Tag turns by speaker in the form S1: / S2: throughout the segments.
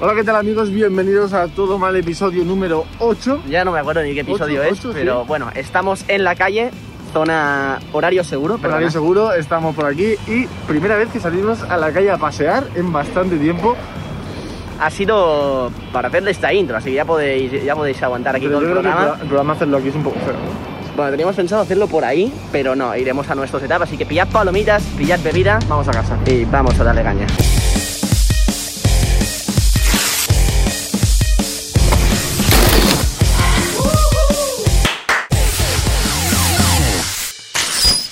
S1: Hola, ¿qué tal amigos? Bienvenidos a Todo Mal episodio número 8.
S2: Ya no me acuerdo ni qué episodio
S1: Ocho,
S2: es,
S1: ocho, sí.
S2: pero bueno, estamos en la calle, zona horario seguro,
S1: Por
S2: perdona.
S1: aquí seguro, estamos por aquí y primera vez que salimos a la calle a pasear en bastante tiempo.
S2: Ha sido para hacerle esta intro, así que ya podéis, ya podéis aguantar aquí
S1: Pero
S2: con el
S1: yo creo que
S2: programa.
S1: el programa hacerlo aquí es un poco feo.
S2: Bueno, teníamos pensado hacerlo por ahí, pero no, iremos a nuestros etapas, así que pillad palomitas, pillad bebida
S1: Vamos a casa.
S2: y vamos a darle caña.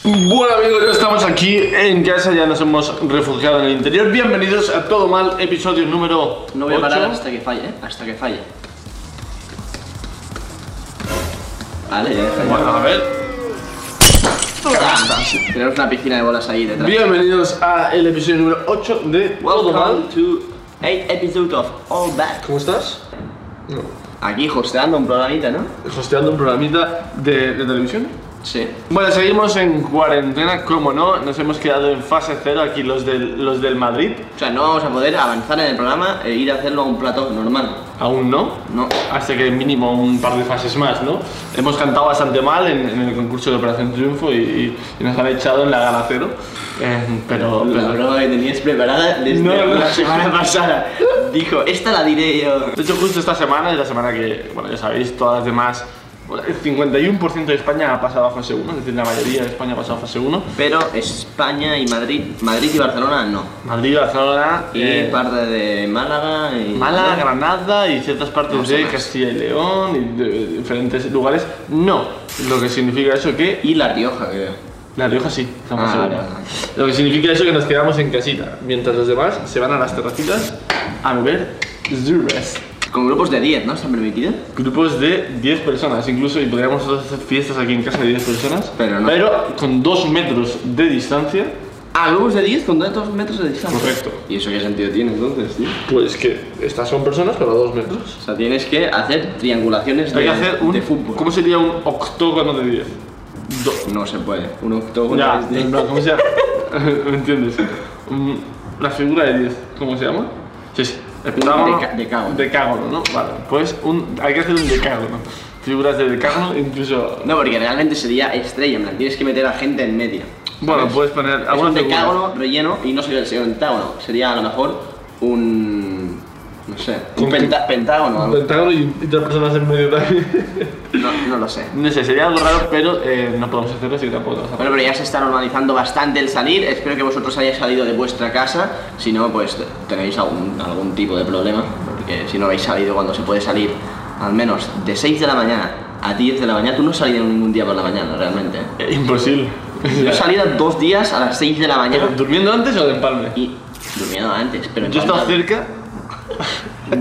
S3: Bueno amigos, ya estamos aquí en casa, ya nos hemos refugiado en el interior. Bienvenidos a Todo Mal, episodio número
S2: No voy a
S3: ocho.
S2: parar hasta que falle, ¿eh? Hasta que falle. Vale, ya falla.
S3: Bueno, a ver.
S2: Tenemos una piscina de bolas ahí detrás.
S3: Bienvenidos a el episodio número 8 de Todo
S2: Welcome
S3: Mal.
S2: to 8 episode of All Back.
S3: ¿Cómo estás?
S2: Aquí hosteando un programita, ¿no?
S3: Hosteando un programita de, de televisión.
S2: Sí.
S3: Bueno, seguimos en cuarentena, como no, nos hemos quedado en fase cero aquí los del, los del Madrid.
S2: O sea, no vamos a poder avanzar en el programa e ir a hacerlo a un plato normal.
S3: Aún no.
S2: No.
S3: Hasta que mínimo un par de fases más, ¿no? Hemos cantado bastante mal en, en el concurso de Operación Triunfo y, y- y nos han echado en la gala cero. Eh, pero,
S2: La
S3: pero-
S2: broma que tenías preparada desde
S3: No, no.
S2: la semana pasada. Dijo, esta la diré yo.
S3: De hecho, justo esta semana es la semana que, bueno, ya sabéis, todas las demás. bueno, El 51% de España ha pasado a fase 1, es decir, la mayoría de España ha pasado a fase 1.
S2: Pero España y Madrid, Madrid y Barcelona no.
S3: Madrid, Barcelona,
S2: Y
S3: eh,
S2: parte de Málaga y...
S3: Málaga, Granada y ciertas partes
S2: No sé
S3: de
S2: más.
S3: Castilla y León y de- de diferentes lugares. No, lo que significa eso que
S2: Y La Rioja, creo.
S3: La Rioja sí, estamos
S2: Ah,
S3: seguros.
S2: vale, vale.
S3: Lo que significa eso que nos quedamos en casita, mientras los demás se van a las terracitas a beber zurras.
S2: Con grupos de 10, ¿no? ¿Se han permitido?
S3: Grupos de 10 personas, incluso, y podríamos hacer fiestas aquí en casa de 10 personas,
S2: Pero no.
S3: con 2 metros de distancia,
S2: Ah, grupos de 10 con dos metros de distancia.
S3: Correcto.
S2: ¿Y eso qué sentido tiene entonces, tío?
S3: pues que estas son personas, pero a 2 metros.
S2: O sea, tienes que hacer triangulaciones de,
S3: Hay que hacer un.
S2: de fútbol.
S3: ¿Cómo sería un octógono de 10? Do-
S2: No se puede. Un octógono
S3: Ya,
S2: es de-
S3: en plan, ¿cómo se llama? ¿Me entiendes? Mm, La figura de 10, ¿cómo se llama? Sí, sí. El pentágono.
S2: deca- decágono.
S3: Decágono, ¿no? Vale, pues un, hay que hacer un decágono. Figuras de decágono, incluso.
S2: No, porque realmente sería estrella, en plan, tienes que meter a gente en medio.
S3: Bueno,
S2: ¿sabes?
S3: puedes poner
S2: Es
S3: alguna
S2: un
S3: figura.
S2: decágono relleno y no sería el segundo pentágono. Sería a lo mejor un. No sé, un
S3: Un
S2: penta- pentágono. o
S3: Un
S2: algo.
S3: Decágono y, y tres personas en medio también.
S2: No, no lo sé.
S3: no sé, sería algo raro, pero eh, no podemos hacerlo, así que tampoco lo vamos a hacer.
S2: Bueno, pero ya se está normalizando bastante el salir. Espero que vosotros hayáis salido de vuestra casa. Si no, pues tenéis algún, algún tipo de problema. Porque si no habéis salido cuando se puede salir, al menos de 6 de la mañana a 10 de la mañana, tú no has salido ningún día por la mañana, realmente. ¿eh?
S3: Eh, imposible.
S2: Yo he salido dos días a las 6 de la mañana
S3: ¿Durmiendo antes o de empalme?
S2: y durmiendo antes, pero en
S3: Yo he estado
S2: Palma-
S3: cerca.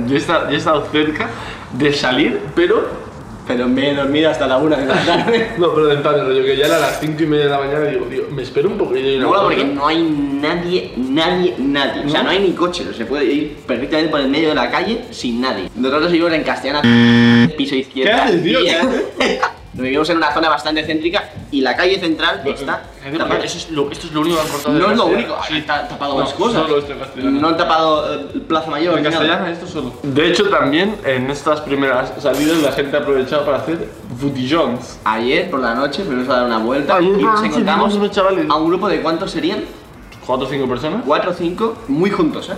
S3: yo, he estado, yo he estado cerca de salir, pero
S2: Pero me he dormido hasta la 1 de la tarde.
S3: No, pero del padre, rollo que ya era a las 5 y media de la mañana digo, tío, me espero un poquito y
S2: No, bueno, porque no hay nadie, nadie, nadie. O sea,
S3: ¿No?
S2: no hay ni coche, se puede ir perfectamente por el medio de la calle sin nadie. Nosotros vivimos en Castellana, piso izquierdo.
S3: Mm. ¿Qué haces, tío? ¿Qué haces?
S2: Vivimos en una zona bastante céntrica y la calle central está tapada.
S3: Eso es lo, esto es lo único que han cortado.
S2: No
S3: de
S2: es lo
S3: Castellana.
S2: único, Ah,
S3: Sí.
S2: está tapado
S3: No,
S2: más cosas.
S3: Solo esto en castellano.
S2: No han tapado eh, Plaza Mayor.
S3: en
S2: ni nada.
S3: castellano esto solo. De hecho, también en estas primeras salidas la gente ha aprovechado para hacer butillons.
S2: Ayer por la noche fuimos a dar una vuelta
S3: Ayer por
S2: y
S3: la
S2: nos
S3: noche
S2: encontramos
S3: vimos unos chavales.
S2: a un grupo de cuántos serían?
S3: Cuatro o cinco personas,
S2: Cuatro o cinco, muy juntos, ¿eh?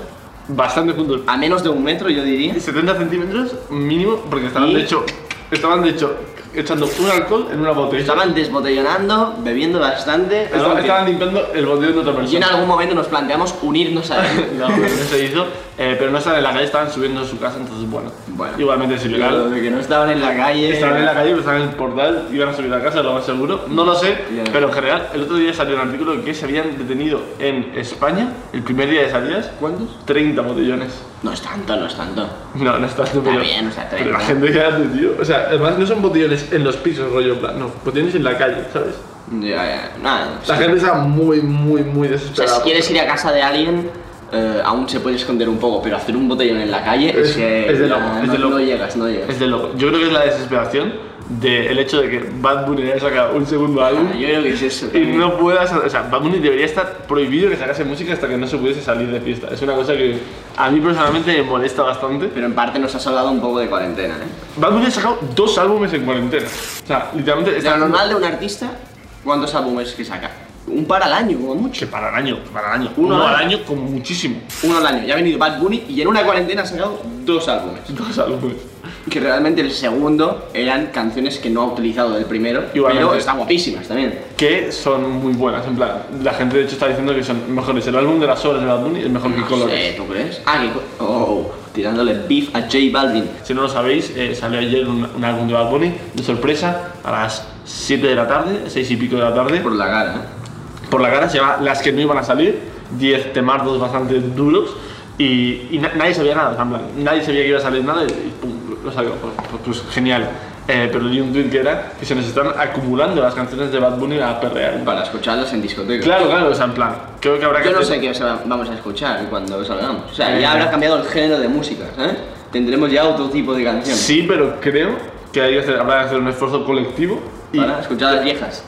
S3: bastante juntos.
S2: A menos de un metro, yo diría.
S3: 70 centímetros mínimo, porque estaban
S2: Y-
S3: de hecho, estaban de hecho echando un alcohol en una botella.
S2: Estaban desbotellonando, bebiendo bastante.
S3: Estaban, estaban limpiando el botellón de otra persona.
S2: Y en algún momento nos planteamos unirnos a él.
S3: No, pero no se hizo, eh, pero no estaban en la calle, estaban subiendo a su casa, entonces bueno,
S2: Bueno.
S3: igualmente es
S2: Lo
S3: ilegal.
S2: de que no estaban en la calle.
S3: Estaban en la calle, pero estaban en el portal, iban a subir a casa, lo más seguro. No lo sé,
S2: Ya.
S3: pero en general, el otro día salió un artículo que se habían detenido en España, el primer día de salidas,
S2: ¿Cuántos?
S3: 30 botellones.
S2: No es tanto, no es tanto.
S3: No, no está haciendo pero-
S2: Está bien, o sea,
S3: pero la
S2: 30.
S3: gente que hace, tío. O sea, además no son botellones en los pisos, rollo, en plan, no, botellones en la calle, ¿sabes?
S2: Ya, ya, nada.
S3: La gente está muy, muy, muy
S2: O sea,
S3: desesperada.
S2: si quieres ir a casa de alguien, eh, aún se puede esconder un poco, pero hacer un botellón en la calle es,
S3: Es-
S2: que
S3: es de
S2: no,
S3: loco, es
S2: no-
S3: de loco.
S2: no llegas, no llegas.
S3: Es de loco. Yo creo que es la desesperación del hecho de que Bad Bunny haya sacado un segundo álbum
S2: Ah, Yo creo que es eso.
S3: y
S2: también.
S3: no puedas. O sea, Bad Bunny debería estar prohibido que sacase música hasta que no se pudiese salir de fiesta. Es una cosa que a mí personalmente me molesta bastante.
S2: Pero en parte nos ha salvado un poco de cuarentena. ¿eh?
S3: Bad Bunny ha sacado dos álbumes en cuarentena. O sea, literalmente.
S2: De lo normal de un artista, ¿cuántos álbumes que saca? Un par al año, como mucho.
S3: Que para el año, para el año. Uno,
S2: Uno
S3: al
S2: al
S3: año como muchísimo.
S2: Uno al año. Ya ha venido Bad Bunny y en una cuarentena ha sacado dos álbumes.
S3: Dos álbumes.
S2: Que realmente el segundo eran canciones que no ha utilizado del primero,
S3: Igualmente.
S2: pero están guapísimas también.
S3: Que son muy buenas. En plan, la gente de hecho está diciendo que son mejores. El álbum de las obras de Bad Bunny es mejor que
S2: No
S3: Colores.
S2: sé, ¿tú crees? Ah, que... co- Oh, tirándole beef a J Balvin.
S3: Si no lo sabéis, eh, salió ayer un, un álbum de Bad Bunny de sorpresa a las 7 de la tarde, 6 y pico de la tarde.
S2: Por la cara,
S3: Por la cara se llama Las que no iban a salir, 10 temardos bastante duros y, y na- nadie sabía nada, o sea, en plan, nadie sabía que iba a salir nada y, y pum, lo salió. Pues, pues- pues genial. Eh, pero leí un tweet que era que se nos están acumulando las canciones de Bad Bunny a perrear.
S2: ¿eh? Para escucharlas en discoteca.
S3: Claro, claro, o sea, en plan, creo que habrá que
S2: Yo no
S3: hacer-
S2: sé qué se va- vamos a escuchar cuando salgamos. O sea,
S3: Eh.
S2: ya habrá cambiado el género de música, ¿sabes? Tendremos ya otro tipo de canciones.
S3: Sí, pero creo que, hay que hacer- habrá que hacer un esfuerzo colectivo y
S2: Para escuchar las viejas.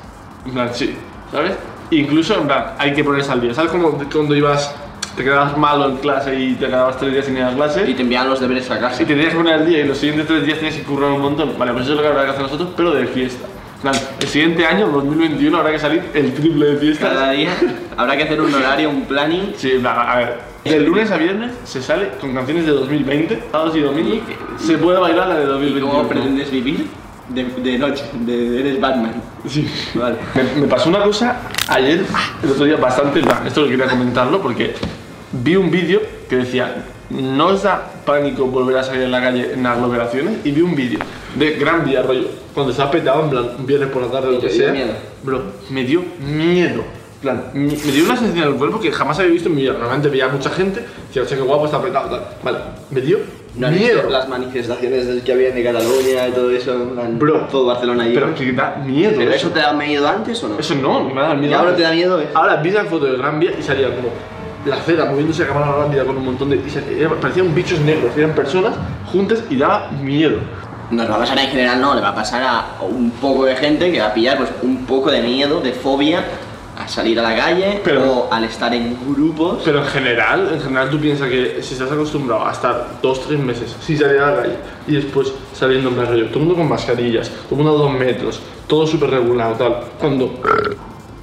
S3: En plan, sí, ¿sabes? Incluso, en plan, hay que ponerse al día. ¿Sabes cómo cuando ibas, te quedabas malo en clase y te quedabas tres días sin ir a clase?
S2: Y
S3: Y
S2: te envían los deberes a casa.
S3: te tenías que poner al día y los siguientes tres días tenías que currar un montón. Vale, pues eso es lo que habrá que hacer nosotros, pero de fiesta. En plan, el siguiente año, 2021, habrá que salir el triple de fiestas.
S2: Cada día habrá que hacer un horario, un planning.
S3: Sí, en plan, a ver. Del lunes a viernes se sale con canciones de 2020, sábados y domingos. Se puede bailar la de
S2: ¿Y
S3: 2021.
S2: cómo pretendes vivir? De, de noche, de, de- eres Batman.
S3: Sí.
S2: Vale.
S3: Me, me pasó una cosa ayer, el otro día, bastante. en plan, Esto lo quería comentarlo porque vi un vídeo que decía: No os da pánico volver a salir en la calle en aglomeraciones. Y vi un vídeo de Gran Vía, rollo, cuando se ha petado, en plan, un viernes por la tarde o lo
S2: te
S3: que
S2: dio
S3: sea.
S2: miedo?
S3: Bro, me dio miedo. En plan, me me dio una sensación en el cuerpo que jamás había visto en mi vida. Normalmente veía mucha gente, decía, hostia, qué guapo está apretado, tal. Vale, me dio
S2: ¿No has
S3: miedo.
S2: visto las manifestaciones que había en Cataluña y todo eso? En plan,
S3: Bro.
S2: Todo Barcelona allí.
S3: Pero que da miedo.
S2: ¿Pero eso te da miedo antes o no?
S3: Eso no, me da miedo.
S2: ¿Y ahora te da miedo? eh?
S3: Ahora vi la foto de Gran Vía y salía como la acera moviéndose a cámara rápida con un montón de. y se- era- parecían bichos negros, eran personas juntas y daba miedo.
S2: Nos va a pasar en general, no, le va a pasar a un poco de gente que va a pillar pues un poco de miedo, de fobia a salir a la calle
S3: Pero-
S2: o al estar en grupos.
S3: Pero en general, en general tú piensas que si estás acostumbrado a estar dos, tres meses sin salir a la calle y después saliendo en plan rollo, todo el mundo con mascarillas, todo el mundo a dos metros, todo súper regulado, tal. Cuando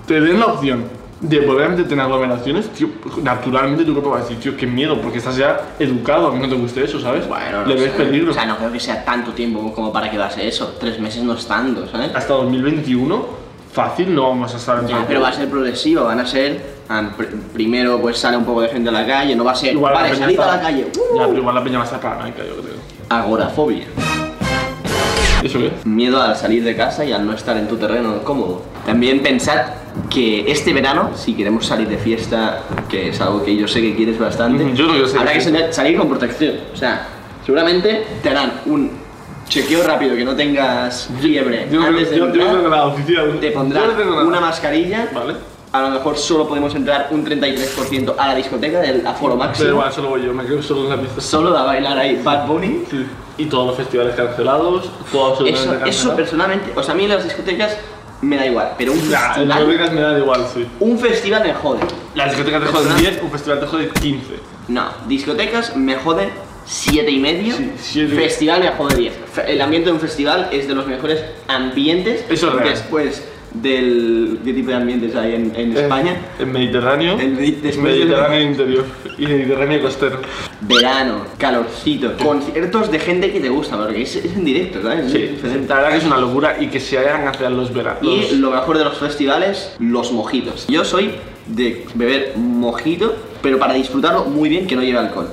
S3: te den la opción de volver a meterte en aglomeraciones, tío, naturalmente tu cuerpo va a decir, tío, qué miedo, porque estás ya educado, a mí no te guste eso, ¿sabes?
S2: bueno, no
S3: Le ves
S2: sé.
S3: peligro.
S2: O sea, no creo que sea tanto tiempo como para quedarse eso. Tres meses no es tanto, ¿sabes?
S3: hasta 2021 fácil no vamos a estar en
S2: Ya, pero va a ser progresivo, van a ser. ah, pr- primero, pues sale un poco de gente a la calle, no va a ser.
S3: Igual
S2: vale,
S3: la peña
S2: salid
S3: está-
S2: a la calle. ¡uh!
S3: Ya, pero igual la peña va a estar paranoica, yo creo.
S2: Agorafobia.
S3: ¿Eso qué?
S2: Miedo al salir de casa y al no estar en tu terreno cómodo. También pensar que este verano, si queremos salir de fiesta, que es algo que yo sé que quieres bastante,
S3: Ujú, yo no quiero salir
S2: habrá
S3: de
S2: que
S3: fiesta.
S2: salir, salir con protección. O sea, seguramente te harán un chequeo rápido que no tengas fiebre.
S3: Yo, no
S2: antes
S3: creo- yo, yo
S2: de
S3: no
S2: entrar.
S3: tengo nada oficial.
S2: te
S3: Yo no
S2: pondrán
S3: tengo nada.
S2: una mascarilla.
S3: Vale.
S2: A lo mejor solo podemos entrar un 33% a la discoteca del aforo máximo.
S3: Pero igual, solo voy yo, me quedo solo en la pista.
S2: Solo da bailar ahí Bad Bunny.
S3: Y todos los festivales cancelados, todo absolutamente
S2: Eso, eso
S3: cancelado.
S2: personalmente, o sea, a mí las discotecas me da igual, pero un
S3: Ya, en las
S2: festival,
S3: discotecas me da igual, sí.
S2: un festival me jode.
S3: Las discotecas te joden
S2: Personal-
S3: 10, un festival te jode 15.
S2: No, discotecas me jode siete y medio,
S3: Sí, siete.
S2: festival me jode 10. Fe- El ambiente de un festival es de los mejores ambientes
S3: Eso es real.
S2: después del qué tipo de ambientes hay en, en España.
S3: En Mediterráneo.
S2: El medi- después del-
S3: Eh. Mediterráneo interior y Mediterráneo costero.
S2: Verano, calorcito, conciertos de gente que te gusta, porque es, es en directo, ¿sabes? Es
S3: Sí,
S2: diferente.
S3: la verdad que es una locura y que se hayan cancelado los veranos.
S2: Y lo mejor de los festivales, los mojitos. Yo soy de beber mojito, pero para disfrutarlo muy bien que no lleve alcohol.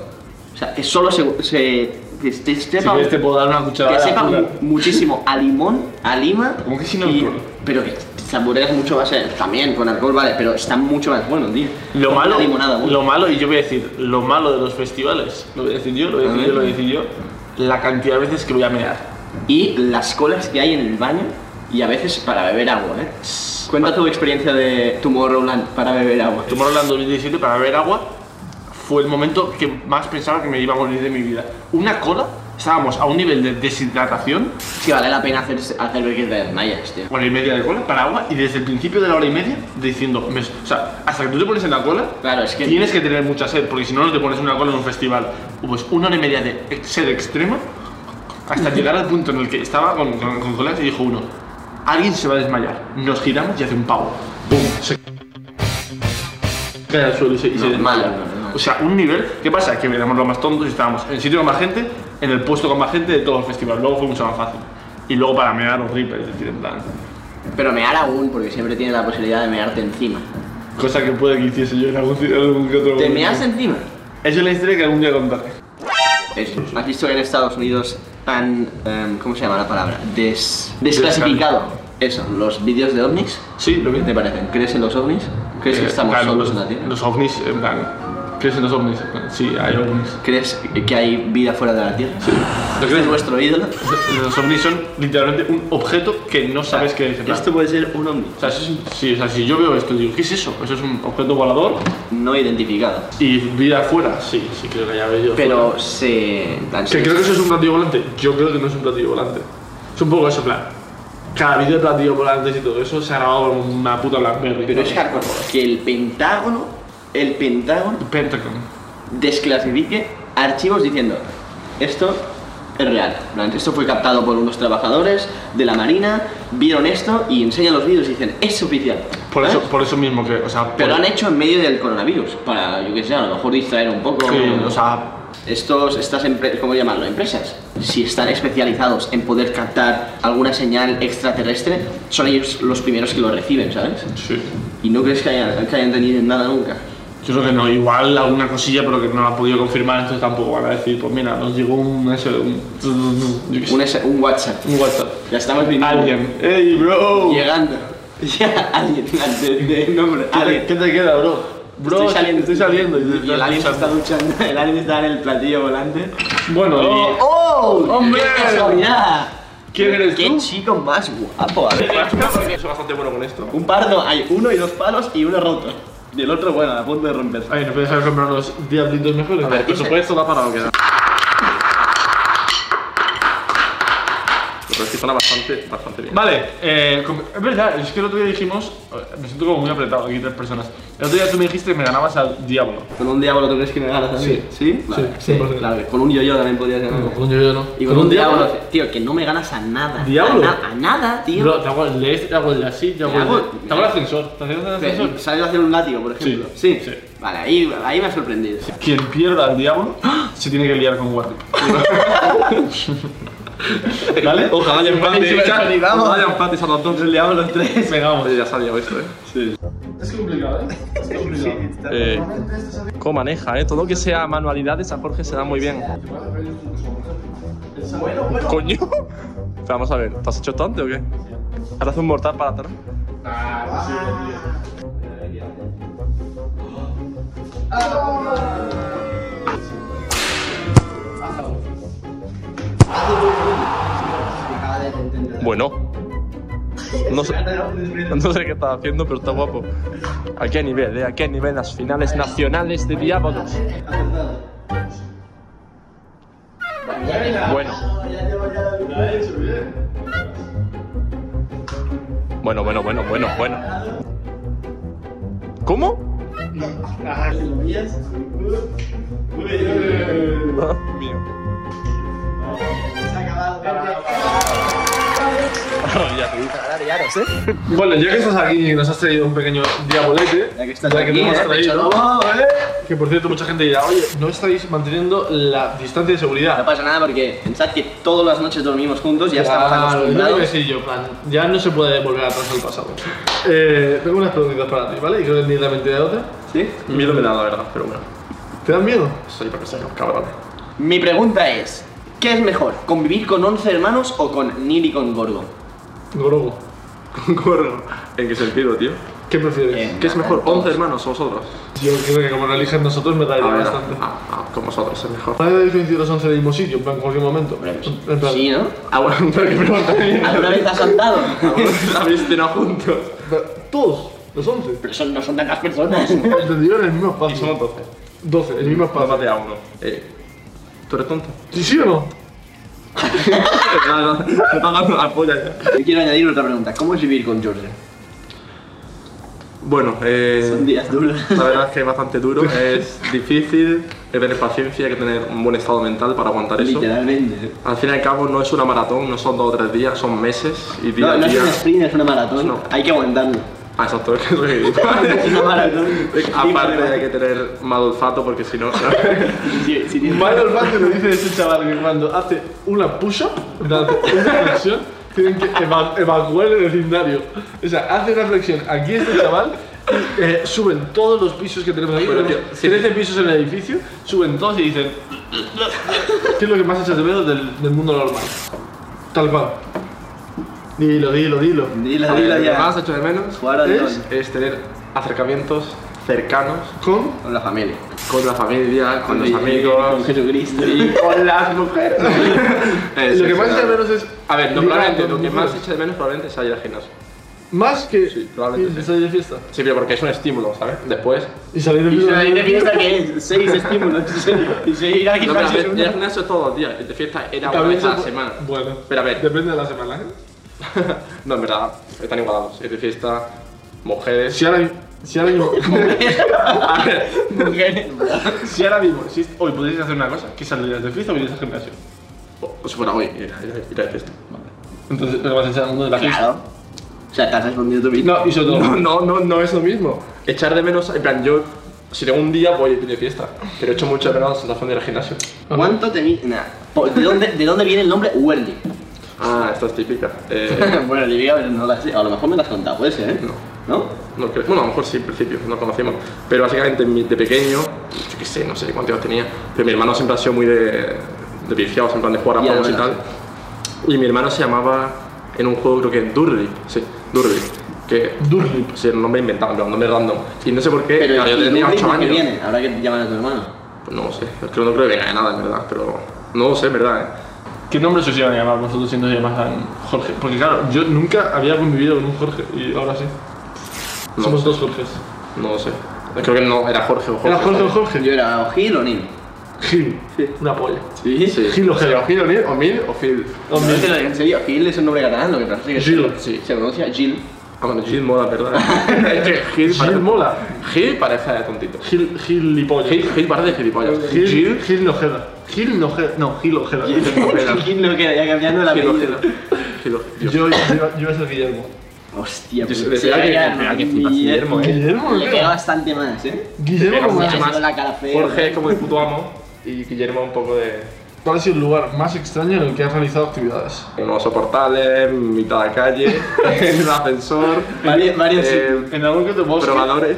S2: O sea, que solo se... se- que se-
S3: Si
S2: sepa,
S3: quieres te puedo dar una cucharada.
S2: que sepa
S3: de azúcar.
S2: mu- muchísimo a limón, a lima...
S3: ¿Cómo que sin
S2: y-
S3: alcohol?
S2: Pero que saboreas mucho más, eh, también con alcohol, vale, pero está mucho más bueno, tío.
S3: Lo
S2: Con
S3: malo,
S2: una limonada, bueno.
S3: lo malo, y yo voy a decir, lo malo de los festivales, lo voy a decir yo, lo voy a
S2: A
S3: decir
S2: ver.
S3: yo, lo voy a decir yo, la cantidad de veces que voy a mear.
S2: Y las colas que hay en el baño y a veces para beber agua, ¿eh? Cuenta tu experiencia de Tomorrowland para beber agua.
S3: Tomorrowland 2017 para beber agua fue el momento que más pensaba que me iba a morir de mi vida. Una cola, estábamos a un nivel de deshidratación,
S2: Es que vale la pena hacer, hacer breakers de desmayas, tío.
S3: hora y media de cola, agua y desde el principio de la hora y media diciendo, me- o sea, hasta que tú te pones en la cola,
S2: Claro, es que-
S3: tienes que tener mucha sed, porque si no, no te pones en una cola en un festival. Pues una hora y media de ex- sed extrema, hasta llegar al punto en el que estaba con, con, con colas y dijo uno, alguien se va a desmayar, nos giramos y hace un pavo. ¡Bum! Se cae al suelo y se, y se
S2: Normal,
S3: desmaya.
S2: normal.
S3: O sea, un nivel. ¿Qué pasa? Que éramos los más tontos y estábamos en el sitio con más gente, en el puesto con más gente de todo el festival. Luego fue mucho más fácil. Y luego para mear los rippers, es decir, en plan.
S2: Pero mear aún, porque siempre tienes la posibilidad de mearte encima.
S3: Cosa que puede que hiciese yo en algún, en algún que otro
S2: ¿Te
S3: momento.
S2: meas encima?
S3: Esa es la historia que algún día contaré.
S2: Es- ¿Has visto que en Estados Unidos han. em, ¿Cómo se llama la palabra? Des- desclasificado. Eso, los vídeos de ovnis.
S3: Sí, lo
S2: ¿Qué
S3: vi.
S2: te parecen? ¿Crees en los ovnis? ¿Crees que
S3: Eh,
S2: estamos
S3: claro,
S2: solos en la
S3: los,
S2: Tierra?
S3: los ovnis, en plan. ¿Crees en los ovnis? En plan, Sí, hay ovnis.
S2: ¿Crees que hay vida fuera de la Tierra?
S3: ¿Lo
S2: ¿Este es
S3: crees?
S2: nuestro ídolo?
S3: Los ovnis son literalmente un objeto que no sabes qué es. en plan.
S2: puede ser un ovni.
S3: O sea, eso es- sí, o sea, si yo veo esto, digo, ¿qué es eso? Eso es un objeto volador
S2: No identificado.
S3: y vida afuera. Sí, sí, creo que ya veo yo.
S2: Pero se. en plan,
S3: Que
S2: se-
S3: creo que eso es un platillo volante. Yo creo que no es un platillo volante. Es un poco eso, en plan. Cada vídeo de platillos volantes y todo eso se ha grabado con una puta Blackberry.
S2: Pero es hardcore. Que el Pentágono. El Pentágono
S3: Pentagon.
S2: desclasifique archivos diciendo esto es real. En plan, Esto fue captado por unos trabajadores de la Marina, vieron esto y enseñan los vídeos y dicen es oficial.
S3: Por
S2: ¿Sabes?
S3: eso, por eso mismo que, o sea, por-
S2: ¿Eh? Pero han hecho en medio del coronavirus, para, yo que sé, a lo mejor distraer un poco.
S3: Sí, o sea,
S2: Estos, estas empresas, ¿cómo llamarlo? Empresas. Si están especializados en poder captar alguna señal extraterrestre, son ellos los primeros que lo reciben, ¿sabes?
S3: sí.
S2: Y no crees que hayan, que hayan tenido nada nunca.
S3: Yo creo que no, igual alguna cosilla, pero que no la ha podido confirmar, entonces tampoco van a decir, pues mira, nos llegó un eso, un, yo qué sé,
S2: Un, S- un WhatsApp.
S3: un WhatsApp.
S2: Ya estamos viviendo.
S3: Alguien. Ey, bro.
S2: Llegando. Ya, alguien, de, de nombre,
S3: ¿Qué te,
S2: alguien.
S3: qué te queda, bro? Bro,
S2: estoy saliendo.
S3: estoy saliendo.
S2: Y, el alien se está
S3: está-
S2: duchando, el alien está en el platillo volante.
S3: Bueno, y...
S2: ¡Oh!
S3: ¡Hombre!
S2: ¡Qué casualidad!
S3: ¿Quién eres
S2: ¡Qué
S3: tú?
S2: chico más guapo! A ver.
S3: Yo soy bastante bueno con esto.
S2: Un pardo, hay uno y dos palos y uno roto. Y el otro, bueno, a punto de romperse.
S3: Ay, ¿no puedes haber comprado unos diablitos mejores?
S2: A ver,
S3: por
S2: dice-
S3: supuesto, da para lo que da. Pero es que suena bastante, bastante bien. Vale, eh, com- es verdad, es que el otro día dijimos, me siento como muy apretado aquí tres personas. El otro día tú me dijiste que me ganabas al diablo.
S2: ¿Con un diablo tú crees que me ganas así? Sí. ¿Sí? Vale.
S3: sí.
S2: Claro, con un yo-yo también podrías ganar.
S3: Con un yo no.
S2: Y con un diablo, tío, que no me ganas a nada.
S3: ¿Diablo?
S2: A, na- a nada, tío.
S3: Bro, te hago el de este, te hago el de así, te hago el de...
S2: hago-
S3: Te hago el ascensor, te hago el ascensor.
S2: Pero, ¿Sabes hacer un látigo, por ejemplo?
S3: Sí, sí.
S2: Vale, ahí, ahí me ha sorprendido.
S3: Quien pierda al diablo se tiene que liar con Warwick. ¿Vale?
S4: Ojalá haya empate. Ojalá haya empate a los dos.
S2: Peleamos los tres.
S3: Venga, vamos.
S4: Oye, ya sabía esto, eh.
S3: Es complicado, ¿eh? Es complicado.
S4: eh. Cómo maneja, eh. Todo lo que sea manualidades a Jorge se da muy bien. Coño. Pero vamos a ver, ¿te has hecho tonto o qué? ¿Ahora hace un mortal para atrás? Bueno. No sé, no sé qué estaba haciendo, pero está guapo. ¿A qué nivel, eh? ¿A qué nivel las finales nacionales de diábolos? Bueno. Bueno, bueno, bueno, bueno, bueno. ¿Cómo? Ah, mío. Ah, ya te digo.
S3: ¿eh? Bueno, ya que estás aquí y nos has traído un pequeño diabolete,
S2: Ya que estás
S3: te
S2: aquí,
S3: hemos
S2: eh,
S3: traído,
S2: pecholobo,
S3: que por cierto mucha gente dirá, oye, no estáis manteniendo la distancia de
S2: No
S3: seguridad.
S2: pasa nada porque pensad que todas las noches dormimos juntos, ya estamos
S3: Claro, es lo que
S2: acostumbrados.
S3: decía yo, en plan, ya no se puede volver atrás al pasado. Eh, tengo unas preguntitas para ti, ¿vale? Y creo que ni la mente de otra.
S2: ¿Sí?
S4: Miedo me da, la verdad, pero bueno.
S3: ¿Te dan miedo?
S4: Soy para que sea un cabrón.
S2: Mi pregunta es, ¿qué es mejor? ¿Convivir con 11 hermanos o con Neil y con Gorgo?
S3: Grobo.
S4: Corro. ¿En qué sentido, tío?
S3: ¿Qué prefieres?
S2: Eh.
S4: ¿Qué es mejor? ¿11 hermanos o vosotros?
S3: Yo creo que como lo eligen nosotros me daría
S4: Ah, bueno.
S3: bastante.
S4: Ah, ah, con vosotros es mejor.
S3: ¿Cuál es la diferencia de los 11 del mismo sitio? En plan, en cualquier momento. En plan,
S2: pues Sí, ¿no?
S4: Ah, bueno, pero qué pregunta.
S2: ¿Alguna vez has saltado?
S4: Habéis cenado juntos.
S3: Todos, los 11.
S2: Pero son, no son tantas personas.
S3: Entendieron en el mismo espacio.
S4: Y son 12.
S3: 12, el mismo espacio.
S4: de a uno. Eh, ¿Tú eres tonto?
S3: ¿Sí, sí o no?
S4: no, no, me está dando la polla ya.
S2: Yo quiero añadir otra pregunta. ¿Cómo es vivir con Georgia?
S4: Bueno,
S2: Son
S4: eh,
S2: días duros.
S4: la verdad es que es bastante duro, es difícil, hay que tener paciencia, hay que tener un buen estado mental para aguantar eso.
S2: Literalmente.
S4: Al fin y al cabo no es una maratón, no son dos o tres días, son meses y día
S2: No,
S4: a
S2: no es
S4: día.
S2: un sprint, es una maratón.
S4: No.
S2: Hay que aguantarlo.
S4: Ah, exacto, es que es lo que digo.
S2: Es una maratón.
S4: Aparte hay que tener mal olfato porque si no...
S2: Si, si tienes-
S3: Mario Olfato lo dice ese chaval que cuando hace una push-up, hace una flexión, tienen que eva- evacuar el vecindario. O sea, hace una flexión aquí este chaval y eh, suben todos los pisos que tenemos aquí.
S4: Pero,
S3: tenemos
S4: tío, sí.
S3: 13 pisos en el edificio, suben todos y dicen: ¿Qué es lo que más echas de menos del, del mundo normal? Tal cual. Dilo, dilo, dilo.
S2: Dilo,
S4: Lo
S2: dilo
S4: que más
S2: ya.
S4: hecho de menos
S2: Jugar al
S3: es-
S2: LOL.
S4: es tener acercamientos cercanos
S3: Con
S2: Con la familia.
S4: con la familia, con los
S2: Y- Con
S4: amigos
S2: Jesucristo.
S4: y con las mujeres.
S3: lo que más echa de menos es.
S4: A ver, no,
S3: ligar
S4: probablemente
S3: con
S4: lo que más
S3: mujeres.
S4: echa de menos probablemente es salir al gimnasio.
S3: Más que.
S4: Sí, probablemente
S3: ir-
S4: sí.
S3: salir de fiesta.
S4: Sí, pero porque es un estímulo, ¿sabes? Después.
S3: Y salir de
S2: Y
S3: fiesta.
S2: se- de fiesta que es seis estímulos. Y se ir al
S4: No, pero a
S2: gimnasio es
S4: ver,
S2: una-
S4: ir al gimnasio todos los días. El de fiesta era una
S3: También
S4: vez
S3: se
S4: a la
S3: puede-
S4: semana.
S3: Bueno.
S4: Pero a ver,
S3: Depende de la semana, ¿eh?
S4: no, en verdad, están igualados. El de fiesta, mujeres.
S3: Si ahora, si ahora mismo.
S4: A ver,
S2: Mujeres.
S3: si ahora mismo. Si hoy pudieses hacer una cosa, que saldrías de fiesta o irías al gimnasio.
S4: o- si fuera hoy, ir a- ir a- ir a de fiesta.
S3: Entonces, lo que vas a echar uno de la fiesta.
S2: Claro. O sea, estás respondiendo tú mismo.
S4: Ah,
S3: No, y sobre todo.
S4: No, no, no, no es lo mismo. Echar de menos, en plan, yo, si tengo un día voy de fiesta, pero echo mucho de menos la sensación de ir al gimnasio.
S2: ¿Cuánto tenía? ¿De dónde, ¿De dónde viene el nombre Werly?
S4: Ah, esta es típica. Eh,
S2: bueno, típica, pero no la sé. A lo mejor me la has contado, puede ser, ¿eh?
S4: No.
S2: ¿No?
S4: No creo- Bueno, a lo mejor sí, al principio, no conocíamos. Pero básicamente mi- de pequeño, yo qué sé, no sé cuántos años tenía, pero mi hermano siempre ha sido muy de, de viciados, en plan de jugar
S2: Y a
S4: a
S2: la
S4: juegos y tal.
S2: verdad,
S4: Y mi hermano se llamaba en un juego, creo que Durlip, sí, Durlip. Que
S3: Durlip.
S4: sí, era un nombre inventado, en plan, un nombre random. Y no sé por qué,
S2: Pero
S4: claro, yo
S2: ¿y
S4: tenía
S2: Durley
S4: 8
S2: de qué
S4: años.
S2: viene? Ahora que llaman a tu hermano.
S4: Pues no lo sé, es que no creo que venga de nada, en verdad, pero no lo sé, en verdad, eh.
S3: ¿Qué nombres os iban a llamar vosotros si no os llamaban Jorge? Porque claro, yo nunca había convivido con un Jorge y ahora sí.
S4: No.
S3: Somos dos Jorges.
S4: No lo sé. Creo que no, era Jorge o Jorge.
S3: ¿Era Jorge o
S4: ¿sabes?
S3: Jorge?
S2: Yo era o Gil o Nil.
S3: Gil. Una polla.
S2: Sí, sí.
S4: Sí.
S3: Gil o Gil.
S4: Pero Gil o Nil, o Mil o Phil.
S2: No, te lo digo en serio, Gil es un nombre catalán, lo que pasa es que
S3: Gil,
S2: se, sí. se pronuncia Gil.
S4: Ah, bueno, Gil mola, ¿verdad? Es que Gil,
S3: Gil
S4: parece-
S3: mola.
S4: Gil parece de tontito.
S3: Gil, gilipollas.
S4: Gil, Gil parece de gilipollas.
S3: Gil,
S4: Gil,
S3: Gil, Gil Nojeda. Gil Nojeda. No, Gil Ojeda.
S4: Ojeda.
S2: Gil no queda, ya cambiando la
S4: Gil
S2: apellido.
S4: Ojeda. Gil Ojeda.
S3: Yo, yo, yo iba a ser Guillermo.
S2: Hostia,
S4: Yo
S2: pues,
S4: decía que- decía que flipas Guillermo, ¿eh?
S3: Guillermo,
S2: Le
S3: ¿qué?
S2: queda bastante más, ¿eh?
S4: Pega
S3: Guillermo como
S2: mucho
S3: es-
S2: más. la cara fea.
S4: Jorge es como el puto amo y Guillermo un poco de
S3: ¿Cuál ha sido el lugar más extraño en el que has realizado actividades?
S4: unos soportales, mitad de la calle, en el ascensor,
S2: Varios, varios.
S4: eh,
S3: En algún que te
S4: probadores.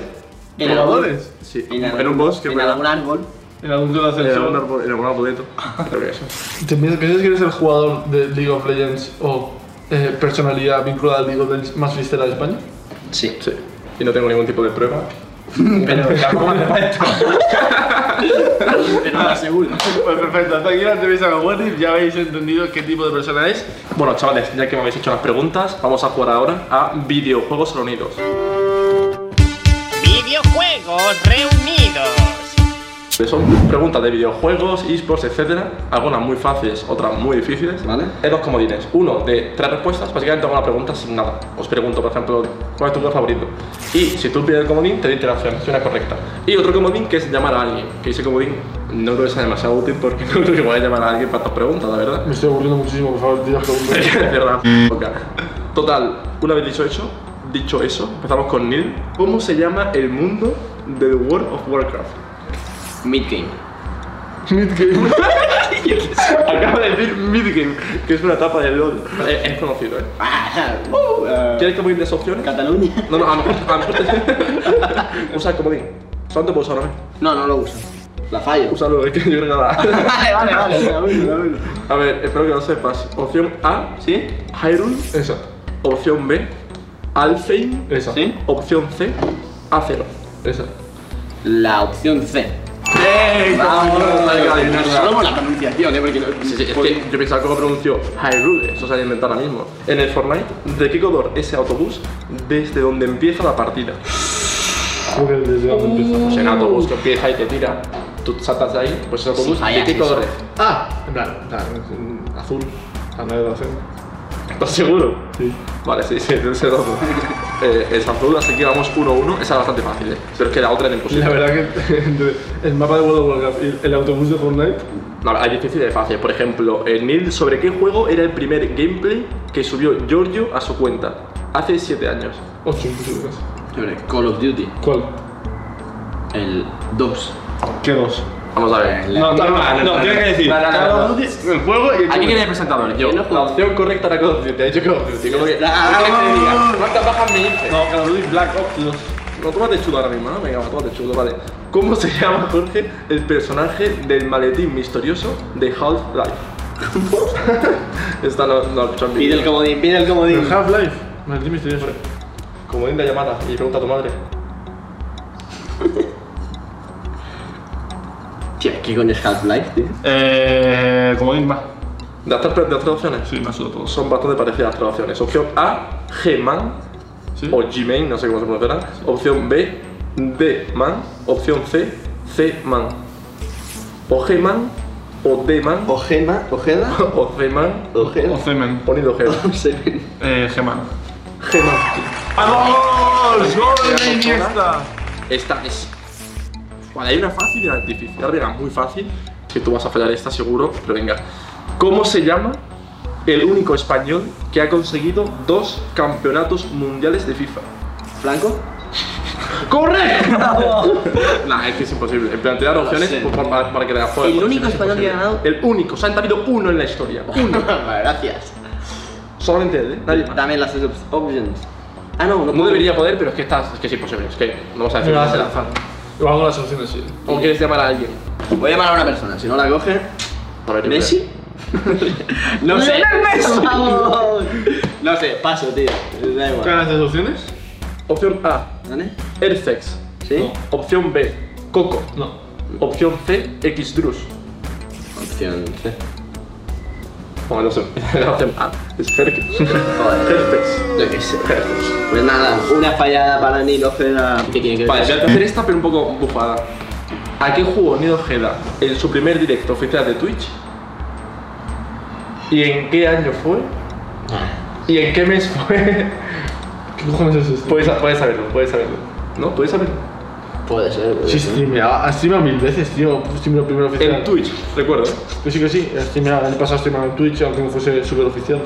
S2: En algún-
S3: probadores.
S4: Sí,
S2: en algún-
S4: en un bosque,
S2: En
S4: ¿verdad?
S2: algún árbol.
S3: En algún que te
S4: en algún
S3: ascensor.
S4: árbol- en algún arboleto. Creo que eso.
S3: ¿Te piensas piensas que eres el jugador de League of Legends o eh, personalidad vinculada al League of Legends más vistera de España?
S2: Sí.
S4: Sí. Y no tengo ningún tipo de prueba.
S2: Pero tampoco me Pero lo aseguro.
S3: Pues perfecto, hasta aquí la entrevista con Wendy, ya habéis entendido qué tipo de persona es.
S4: Bueno, chavales, ya que me habéis hecho las preguntas, vamos a jugar ahora a videojuegos reunidos.
S5: Videojuegos reunidos.
S4: Son preguntas de videojuegos, esports, etcétera. Algunas muy fáciles, otras muy difíciles.
S2: Vale.
S4: Hay dos comodines. Uno de tres respuestas, básicamente hago una pregunta sin nada. Os pregunto, por ejemplo, ¿cuál es tu juego favorito? Y si tú pides el comodín, te doy tres opciones, si una es correcta. Y otro comodín que es llamar a alguien. Que ese comodín no creo que sea demasiado útil porque no creo que vaya a llamar a alguien para estas preguntas, la verdad.
S3: Me estoy aburriendo muchísimo, por favor, tías preguntas.
S4: Es verdad. Ok. Total, una vez dicho eso, dicho eso, empezamos con Neil. ¿Cómo se llama el mundo de World of Warcraft?
S2: Midgame.
S3: Midgame.
S4: Acaba de decir Midgame, que es una etapa de LOL. Es, es conocido, ¿eh?
S2: Ah, uh, eh,
S4: ¿Quieres comodín de esas opciones?
S2: Cataluña.
S4: No, no, a lo mejor. A lo mejor- Usa el comodín. Solamente puedo usarlo, ¿eh?
S2: No, no lo uso. La fallo.
S4: Úsalo, es que yo creo que nada.
S2: Vale, vale, vale. La uso, la uso.
S4: A ver, espero que lo sepas. Opción A,
S2: ¿Sí?
S4: Hyrule.
S3: Esa,
S4: Opción B, Alfheim.
S3: esa,
S2: ¿Sí?
S4: Opción C, Acero.
S3: esa.
S2: La opción C.
S4: ¡Eh!
S2: Solo por la pronunciación, ¿eh? Porque no-
S4: Sí, sí, es que yo pensaba cómo pronunció Hyrule, eso se ha inventado ahora mismo. En el Fortnite, ¿de qué color es ese autobús desde donde empieza la partida?
S3: Porque desde dónde empezamos.
S4: Pues en autobús que empieza y te tira, tú saltas de ahí, pues es autobús
S2: fallas
S4: típico
S2: eso.
S4: de
S3: Ah, en plan, nada, mm, azul. A nadie lo hace.
S4: ¿Estás seguro?
S3: Sí.
S4: Vale, sí, sí, ese dato. eh, el Sanzulu, así que vamos 1-1, esa era bastante fácil, eh. pero es que la otra era imposible.
S3: La verdad que entre el mapa de World of Warcraft y el autobús de Fortnite.
S4: No, hay difíciles de fácil. Por ejemplo, el Neil sobre qué juego era el primer gameplay que subió Giorgio a su cuenta hace 7 años.
S3: 8 incluso más.
S2: Hombre, Call of Duty,
S3: ¿Cuál?
S2: el 2.
S3: ¿Qué dos?
S4: Vamos a ver.
S3: No, no, no, no, tienes que decir.
S4: No, no, no,
S3: Call of
S4: no.
S3: Duty, El juego y el
S2: Aquí
S3: juego.
S2: viene el presentador.
S4: Yo,
S2: ¿Quién no
S4: la
S2: juega?
S4: opción correcta era Call of Duty. He dicho Call of Duty. Como que- ¿Qué quieres que te diga? ¿Cuántas bajas me hice?
S3: No, Call of Duty Black Ops 2.
S4: No, tómate chulo ahora mismo, ¿no? Venga, va, tómate chulo, vale. ¿Cómo se llama, Jorge, el personaje del maletín misterioso de Half-Life? Esta no, no la he escuchado en mi
S2: Pide el
S4: vida.
S2: comodín, pide el comodín.
S3: Pero Half-Life. Me di misterioso.
S4: Como en la llamada y pregunta a tu madre.
S2: Tío, ¿qué coño es Half-Life, tío?
S3: Eh. Como Inma.
S4: De las tres, de las tres opciones
S3: Sí, me ha sudado todos.
S4: son bastante parecidas las tres opciones. Opción A, G-Man
S3: Sí.
S4: o G-Main, no sé cómo se pronunciará. Opción B, D-Man. Opción C, C-Man. O G-Man, o D-Man,
S2: Ojema, Ojeda,
S4: o C-Man,
S3: O
S2: Ojeda.
S3: Semen.
S4: ponido G-Man.
S3: Eh, Geman.
S4: G-Man.
S3: ¡Vamos! ¡Gol
S4: de
S3: de
S4: Iniesta!
S3: Iniesta!
S4: Esta es. Vale, hay una fácil y una difícil. Ahora venga, muy fácil. Que tú vas a fallar esta seguro, pero venga. ¿Cómo se llama el único español que ha conseguido dos campeonatos mundiales de FIFA?
S2: Franco.
S4: ¡Correcto! nah, es que es imposible. En plan, te dan opciones
S2: sé.
S4: por- por- para, para que la juegues.
S2: El
S4: porque
S2: único
S4: si no es
S2: español que ha
S4: imposible. El único, solamente ha habido uno en la historia.
S2: Gracias.
S4: Solamente él, ¿eh? Nadie más.
S2: Dame las op- options. Ah, no, no
S4: No
S2: puedo.
S4: debería poder, pero es que, estás, es, que es imposible. Es que no vas a decir nada.
S3: Yo hago las opciones, sí.
S4: ¿O quieres llamar a alguien?
S2: Voy a llamar a una persona, si no la coge.
S4: A ver, yo
S2: ¿Messi? no sé. Vamos. no sé, paso, tío. Da igual.
S3: ¿Ganas las opciones?
S4: creo. Opción A,
S2: ¿Vale?
S4: Airfex.
S2: ¿Sí?
S4: Opción B, Coco.
S3: No.
S4: Opción C, Xdrus.
S2: Opción C.
S4: Bueno, no sé. La opción A es Herc.
S2: Joder.
S4: Herpes.
S2: Yo qué sé. Pues nada, una fallada para Nilo Ojeda. ¿Qué tiene que
S4: Vale, voy
S2: ver?
S4: a hacer esta, pero un poco bufada. ¿A qué jugó Nido Ojeda en su primer directo oficial de Twitch? ¿Y en qué año fue? ¿Y en qué mes fue?
S3: Ah. ¿Qué cojones es esto?
S4: puedes, puedes saberlo, puedes saberlo. ¿No? ¿Puedes saberlo?
S2: Puede ser. puede
S3: Sí,
S2: ser.
S3: streameaba, ha streameado mil veces, tío. Streameo primero oficial.
S4: En Twitch, recuerdo. ¿eh?
S3: Que Pues sí, que sí. Streameaba, el año pasado streameaba en Twitch, aunque no fuese súper oficial.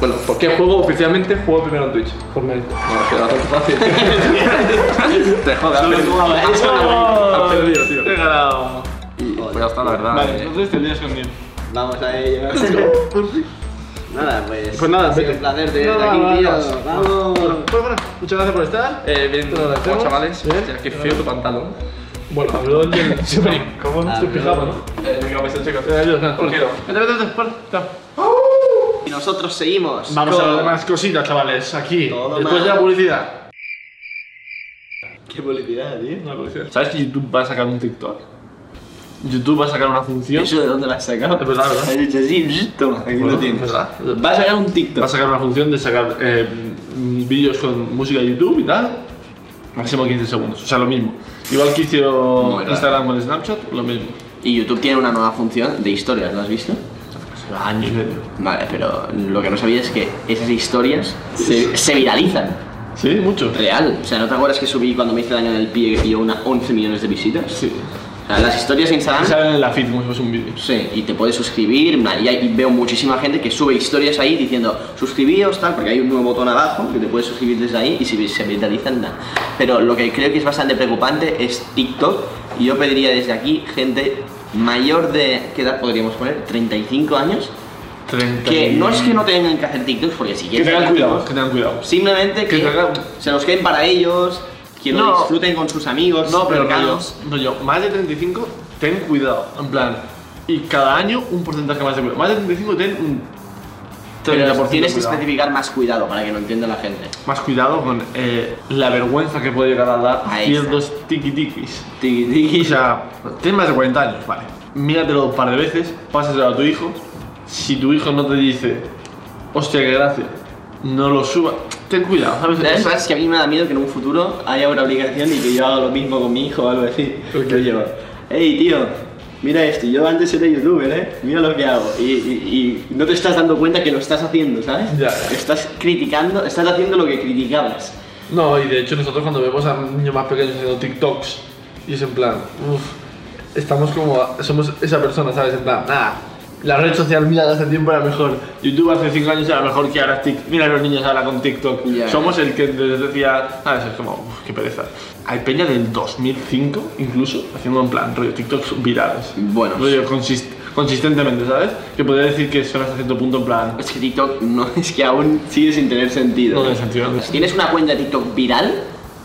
S4: Bueno, ¿por qué juego oficialmente jugó primero en Twitch?
S3: Fortnite.
S4: No, es que era tan fácil. Te jodas. has perdido.
S2: Vale,
S4: Has perdido, tío.
S3: ganado!
S4: Y pues ya está, la verdad. eh.
S3: entonces te lías con él.
S2: Vamos a ello. nada, pues.
S3: Pues nada,
S2: ha sido
S3: vete.
S2: un placer tenerte
S3: Nada,
S2: aquí, tío.
S3: vamos.
S2: Vamos.
S3: Bueno, bueno, muchas gracias por estar.
S4: Eh, bien,
S3: Te lo ¿eh? agradecemos.
S4: chavales.
S3: Sí.
S4: Hostia, qué feo tu pantalón.
S3: Bueno, habló el del super ¿Cómo
S2: Ah,
S3: no se pijama, no?
S4: Eh, venga, pues chicos.
S3: Eh, Adiós, nada.
S4: Os quiero.
S3: Vete, vete, vete, para, chao.
S2: Y nosotros seguimos.
S3: Vamos
S2: con-
S3: a ver más cositas, chavales, aquí.
S2: Todo
S3: Después
S2: mal.
S3: de la publicidad.
S2: Qué publicidad, tío.
S3: ¿Sabes que YouTube va a sacar un TikTok? YouTube va a sacar una función.
S2: ¿Eso de dónde lo has sacado?
S3: Es verdad, ¿verdad?
S2: Has dicho así, ¡zzz! toma, aquí lo tienes. Ah,
S3: ¿Verdad?
S2: Va a sacar un
S3: Va a
S2: TikTok.
S3: sacar una función de sacar eh, mm, vídeos con música de YouTube y tal. Máximo 15 segundos, o sea, lo mismo. Igual que hizo
S2: Muy
S3: Instagram con Snapchat, lo mismo.
S2: Y YouTube tiene una nueva función de historias, ¿lo has visto?
S3: Año y medio.
S2: Vale, pero lo que no sabía es que esas historias se, se viralizan.
S3: Sí, mucho.
S2: Real. O sea, ¿no te acuerdas que subí cuando me hice daño en el pie que pilló unas 11 millones de visitas?
S3: Sí.
S2: O sea, las historias en Instagram.
S3: Salen en la feed como si fuese un vídeo.
S2: Sí, y te puedes suscribir, en plan, y hay- y veo muchísima gente que sube historias ahí diciendo suscribíos, tal, porque hay un nuevo botón abajo que te puedes suscribir desde ahí y si se viralizan, nada. Pero lo que creo que es bastante preocupante es TikTok y yo pediría desde aquí gente mayor de, ¿qué edad podríamos poner? 35 años,
S3: 30.
S2: que no es que no tengan que hacer TikTok, porque si
S3: Que
S2: quieren
S3: tengan
S2: hacer
S3: cuidado,
S2: TikTok,
S3: que tengan cuidado.
S2: simplemente que,
S3: que tengan-
S2: se los queden para ellos, que lo
S3: No.
S2: disfruten con sus amigos,
S3: No, pero rollo,
S2: cercanos.
S3: rollo, más de 35, ten cuidado. En plan, y cada año un porcentaje más de cuidado. Más de 35, ten un 30%
S2: Pero tienes que
S3: cuidado.
S2: especificar más cuidado para que lo entienda la gente.
S3: Más cuidado con eh, la vergüenza que puede llegar a dar
S2: Ahí
S3: ciertos tiki-tikis.
S2: Tiki,
S3: O
S2: tiki.
S3: sea, tienes más de 40 años, vale. Míratelo un par de veces, pásaselo a tu hijo. Si tu hijo no te dice, hostia, qué gracia, no lo suba. Ten cuidado, ¿sabes?
S2: La verdad es que a mí me da miedo que en un futuro haya una obligación y que yo haga lo mismo con mi hijo o algo así. Yo llevo, hey tío, mira esto, yo antes era youtuber, ¿eh? Mira lo que hago. Y, y- y no te estás dando cuenta que lo estás haciendo, ¿sabes?
S3: Ya.
S2: Estás criticando, estás haciendo lo que criticabas.
S3: No, y de hecho nosotros cuando vemos a niños más pequeños haciendo TikToks y es en plan, uff, estamos como, somos esa persona, ¿sabes? En plan, nada, la red social mira hace tiempo era mejor, YouTube hace 5 años era mejor que ahora TikTok, mira los niños ahora con TikTok,
S2: Ya.
S3: somos el que les decía, ¿sabes? Es como, uff, qué pereza. Hay peña del 2005 incluso haciendo en plan rollo TikToks virales.
S2: Bueno.
S3: Rollo consist- consistentemente, ¿sabes? Que podría decir que son hasta cierto punto en plan...
S2: Es que TikTok no es que aún sigue sin tener sentido.
S3: No tiene sentido.
S2: Si Pues tienes una cuenta de TikTok viral,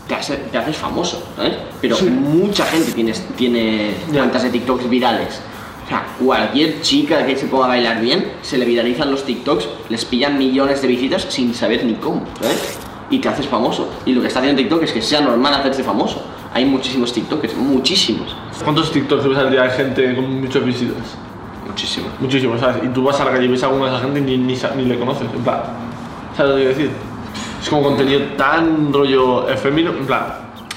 S2: te, hace- te haces famoso, ¿sabes? Pero mucha gente tiene, tiene
S3: Ya.
S2: cuentas de TikToks virales. O sea, cualquier chica que se ponga a bailar bien, se le viralizan los TikToks, les pillan millones de visitas sin saber ni cómo, ¿sabes? Y te haces famoso. Y lo que está haciendo TikTok es que sea normal hacerse famoso. Hay muchísimos TikTokers, muchísimos.
S3: ¿Cuántos TikToks ves al día de gente con muchas visitas?
S2: Muchísimos.
S3: Muchísimo, ¿sabes? Y tú vas a la calle y ves a alguna de esa gente y ni, ni, sa- ni le conoces, en plan. ¿Sabes lo que quiero decir? Es como contenido tan rollo efémero, en plan,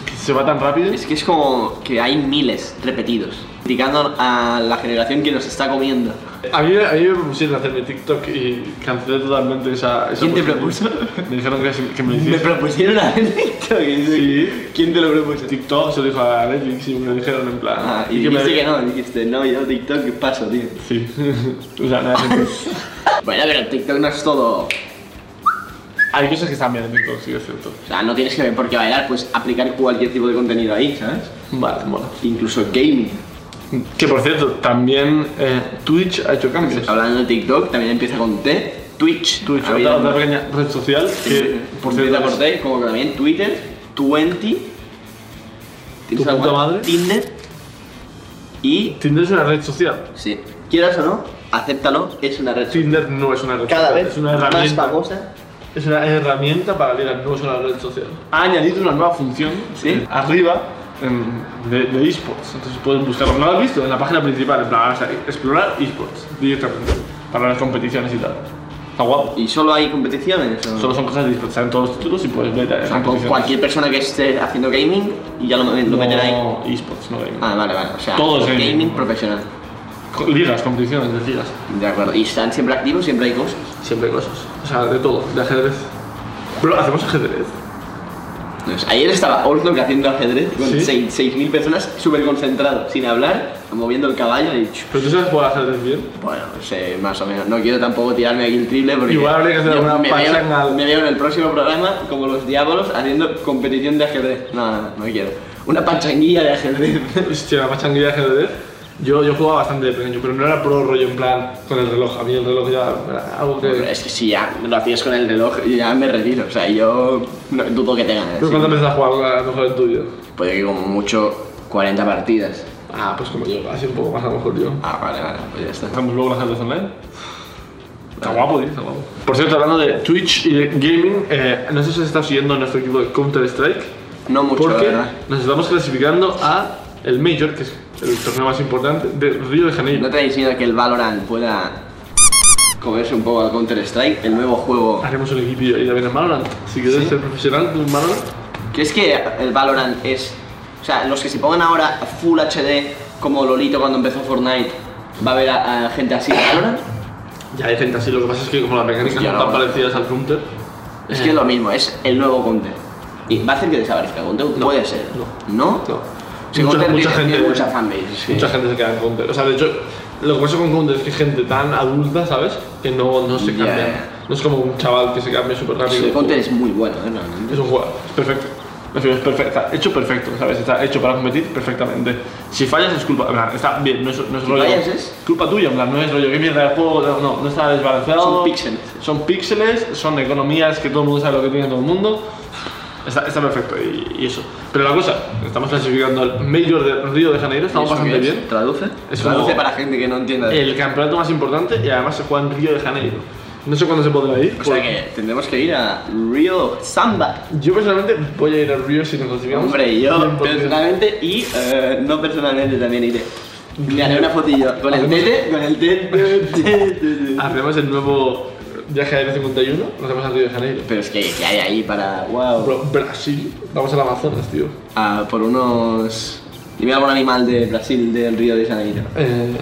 S3: que se va tan rápido.
S2: Es que es como que hay miles repetidos, criticando a la generación que nos está comiendo.
S3: A mí, a mí me propusieron hacerme TikTok y cancelé totalmente esa. esa
S2: ¿Quién te
S3: oportunidad. Me dijeron que, que me
S2: Me
S3: hiciste.
S2: propusieron a TikTok.
S3: Sí.
S2: ¿Quién te lo propuso?
S3: TikTok se lo dijo a Netflix y me lo dijeron en plan.
S2: Ah, y
S3: que me-
S2: dijiste que no, dijiste, no, yo TikTok paso, tío.
S3: Sí. o sea, nada, de sentido.
S2: Bueno, pero TikTok no es todo.
S3: Hay cosas que están bien en TikTok, sí, es cierto.
S2: O sea, no tienes que ver por qué bailar, pues aplicar cualquier tipo de contenido ahí, ¿sabes?
S3: Vale, mola.
S2: Incluso gaming.
S3: Que por cierto, también eh, Twitch ha hecho cambios.
S2: Pues Hablando de TikTok, también empieza con T. Twitch.
S3: Twitch,
S2: Ha
S3: otra,
S2: habido-
S3: otra pequeña red social que, por cierto,
S2: empieza por
S3: es-
S2: T, como que también Twitter, 20. ¿Tienes
S3: puta
S2: alguna?
S3: madre?
S2: Tinder. Y.
S3: Tinder es una red social.
S2: Sí. Quieras o no, acéptalo, es una red social.
S3: Tinder no es una red
S2: Cada
S3: social.
S2: vez
S3: es una
S2: más
S3: herramienta.
S2: famosa.
S3: es una herramienta para ligar, no es una red social. Ha añadido una nueva función
S2: Sí.
S3: arriba en- de, de esports. Entonces pueden buscarlo. No lo has visto en la página principal. En plan, vas a explorar esports directamente para las competiciones y tal. Está guapo.
S2: ¿Y solo hay competiciones? o?
S3: Solo son cosas de esports. Están todos los títulos y puedes ver. eh,
S2: O sea, con
S3: competiciones.
S2: cualquier persona que esté haciendo gaming y ya lo, lo meten ahí.
S3: No, esports, no gaming.
S2: Ah, vale, vale. O sea,
S3: Todo es
S2: gaming,
S3: gaming.
S2: profesional.
S3: Ligas, competiciones de ligas.
S2: De acuerdo. Y están siempre activos, siempre hay cosas.
S3: Siempre hay cosas. O sea, de todo, de ajedrez. Bro, hacemos ajedrez.
S2: Entonces, ayer estaba Orlok haciendo ajedrez con
S3: ¿Sí?
S2: seis- 6.000 personas súper concentrado, sin hablar, moviendo el caballo y... chu-
S3: Pero tú sabes jugar ajedrez bien.
S2: Bueno, no sé, más o menos. No quiero tampoco tirarme aquí el triple porque...
S3: Igual habría que hacer
S2: yo
S3: alguna
S2: me veo,
S3: pachanga.
S2: me veo en el próximo programa como los diablos haciendo competición de ajedrez. No, no, no quiero. Una pachanguilla de ajedrez.
S3: Hostia, la pachanguilla de ajedrez. Yo, yo jugaba bastante de pequeño, pero no era pro rollo en plan con el reloj. A mí el reloj ya era algo que.
S2: Pero es que si ya lo hacías con el reloj, yo ya me retiro. O sea, yo no, dudo que te ganes.
S3: ¿Pero cuánto empezaste a jugar a lo mejor el tuyo?
S2: Puede que como mucho 40 partidas.
S3: Ah, pues como yo, así un poco más a lo mejor yo.
S2: Ah, vale, vale, pues ya está.
S3: Hacemos luego las redes online. Está guapo, tío, está guapo. Por cierto, hablando de Twitch y de gaming, eh, no sé si se está siguiendo nuestro equipo de Counter-Strike.
S2: No mucho, la
S3: Porque
S2: verdad.
S3: nos estamos clasificando a el Major, que es el torneo más importante de Río de Janeiro.
S2: ¿No tenéis miedo que el Valorant pueda comerse un poco a Counter-Strike? El nuevo juego.
S3: Haremos un equipillo y también en Valorant. Si quieres
S2: ¿Sí?
S3: ser profesional pues, en Valorant,
S2: ¿Crees que el Valorant es. O sea, los que se pongan ahora a full HD como Lolito cuando empezó Fortnite, ¿va a haber a, a gente así en Valorant?
S3: ya hay gente así. Lo que pasa es que como las mecánicas
S2: Ya
S3: son
S2: no.
S3: tan parecidas al Counter,
S2: Es que es lo mismo, es el nuevo Counter. ¿Y va a hacer que desaparezca Counter? Puede ser. ¿No?
S3: no.
S2: Sí,
S3: mucha,
S2: Counter
S3: mucha
S2: tiene-
S3: gente,
S2: tiene mucha fanbase, sí.
S3: mucha gente se queda en Counter. O sea, de hecho, lo que pasa con Counter es que es gente tan adulta, ¿sabes? Que no, no se
S2: Ya,
S3: cambia.
S2: ya.
S3: No es como un chaval que se cambia súper rápido.
S2: Sí, el Counter es muy bueno, ¿eh? realmente.
S3: Es un juego, es perfecto. Me refiero, es perfecto, está hecho perfecto, ¿sabes? Está hecho para competir perfectamente. Si fallas es culpa, en plan, está bien, no es, no es rollo.
S2: fallas es?
S3: Culpa tuya, en plan, no es rollo, que mierda el juego, no, no, no está desbalanceado.
S2: Son píxeles.
S3: Son píxeles, son economías que todo el mundo sabe lo que tiene todo el mundo. Está, está perfecto y, y eso. Pero la cosa, estamos clasificando el Major de Río de Janeiro, estamos
S2: ¿Y eso
S3: bastante
S2: qué es?
S3: bien.
S2: ¿Traduce?
S3: Es
S2: Traduce
S3: como-
S2: para gente que no entienda.
S3: El campeonato más importante y además se juega en Río de Janeiro. No sé cuándo se podrá ir.
S2: o
S3: porque
S2: sea que tendremos que ir a Rio Samba.
S3: Yo personalmente voy a ir a Río si nos clasificamos.
S2: Hombre, yo
S3: 100%.
S2: personalmente y eh, no personalmente también iré. Me haré una fotillo con el tete, con el tete. tete, tete.
S3: Hacemos el nuevo Viaje aéreo 51, nos vamos a Río de Janeiro.
S2: Pero es que, ¿qué hay ahí para. ¡Wow!
S3: Bro, Brasil, vamos al Amazonas, tío.
S2: Ah, por unos. Dime algún animal de Brasil, del Río de Janeiro.
S3: Eh,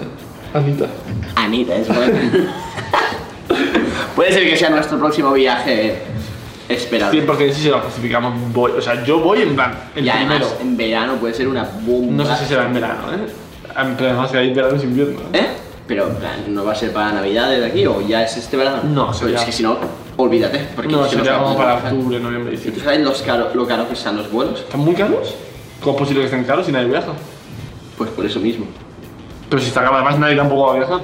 S3: Anita.
S2: Anita, es bueno. Puede ser que sea nuestro próximo viaje esperado.
S3: 100% si se la justificamos, voy. O sea, yo voy en plan, el
S2: y además,
S3: primero.
S2: en verano puede ser una bomba.
S3: No sé si será en verano, ¿eh? En plan, más que hay verano es invierno.
S2: ¿Eh? Pero, en plan, ¿no va a ser para Navidades aquí o ya es este verano?
S3: No,
S2: Pues
S3: sería-
S2: es que si no, olvídate. Porque
S3: No,
S2: es que
S3: sería
S2: sabemos
S3: como para
S2: trabajar.
S3: octubre, noviembre,
S2: ¿Y tú
S3: diciembre.
S2: sabes los caro- lo caro que están los vuelos?
S3: ¿Están muy caros? ¿Cómo es posible que estén caros si nadie viaja?
S2: Pues por eso mismo.
S3: Pero si está caro, además nadie tampoco va a viajar.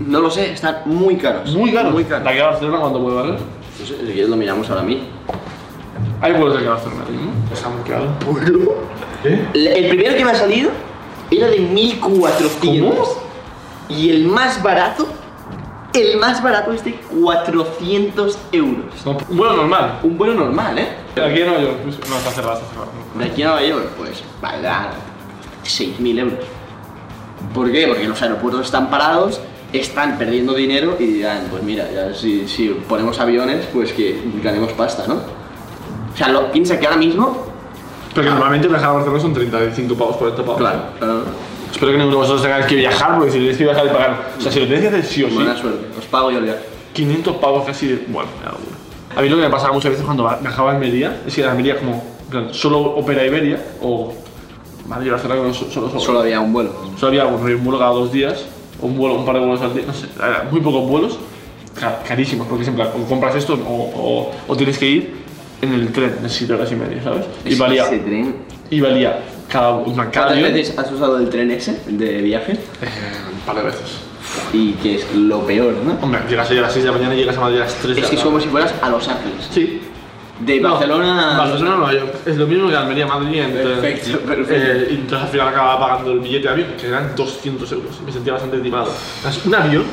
S2: No lo sé, están muy caros.
S3: Muy caros.
S2: Muy caros.
S3: ¿De aquí a Barcelona cuánto puede valer?
S2: No sé, si quieres lo miramos ahora mismo.
S3: Hay vuelos de aquí a Barcelona, ¿no? Está muy caro.
S2: Le- El primero que me ha salido era de 1400.
S3: ¿Cómo?
S2: Y el más barato, el más barato es de 400 euros.
S3: No, un vuelo normal.
S2: Un vuelo normal, ¿eh?
S3: De aquí a Nueva York. No, está cerrado, está cerrado.
S2: De aquí a Nueva York, pues valdrá 6.000 euros. ¿Por qué? Porque los aeropuertos están parados, están perdiendo dinero y dirán, pues mira, ya si, si ponemos aviones, pues que ganemos pasta, ¿no? O sea, lo, piensa que ahora mismo...
S3: Pero que normalmente viajar a Barcelona son 35 pavos, 40 pavos.
S2: Claro, claro.
S3: Espero que ninguno de vosotros tengáis que viajar, porque si tenéis que viajar y pagar. O sea, si lo tenéis que hacer sí o sí,
S2: Buena suerte. Os pago yo el viaje.
S3: 500 pavos casi de. Bueno, me da alguna. A mí lo que me pasaba muchas veces cuando va- viajaba a Almería es que en Almería, como en plan, solo opera Iberia o. Madrid, Barcelona, que no, so- solo, solo,
S2: Solo había un vuelo.
S3: Solo había un, un vuelo cada dos días, o un vuelo, un par de vuelos al día, no sé, era muy pocos vuelos, ca- carísimos, porque es en plan, o compras esto o, o- o tienes que ir en el tren de 7 horas y media, ¿sabes? Y
S2: Es-
S3: valía,
S2: Ese tren...
S3: y valía cada, en plan, cada
S2: ¿Cuántas
S3: avión,
S2: veces has usado el tren ese de viaje?
S3: eh, un par de veces.
S2: Y que es lo peor, ¿no?
S3: Hombre, llegas ahí a las 6 de la mañana y llegas a Madrid a las 3 de
S2: Es
S3: la
S2: que es
S3: tarde.
S2: como si fueras a Los Ángeles.
S3: Sí.
S2: De
S3: No,
S2: Barcelona...
S3: Barcelona, Nueva York. Es lo mismo que Almería, Madrid. Entonces,
S2: Perfecto, perfecto.
S3: eh, y entonces al final acababa pagando el billete de avión, que eran 200 euros. Me sentía bastante timado. Es Un avión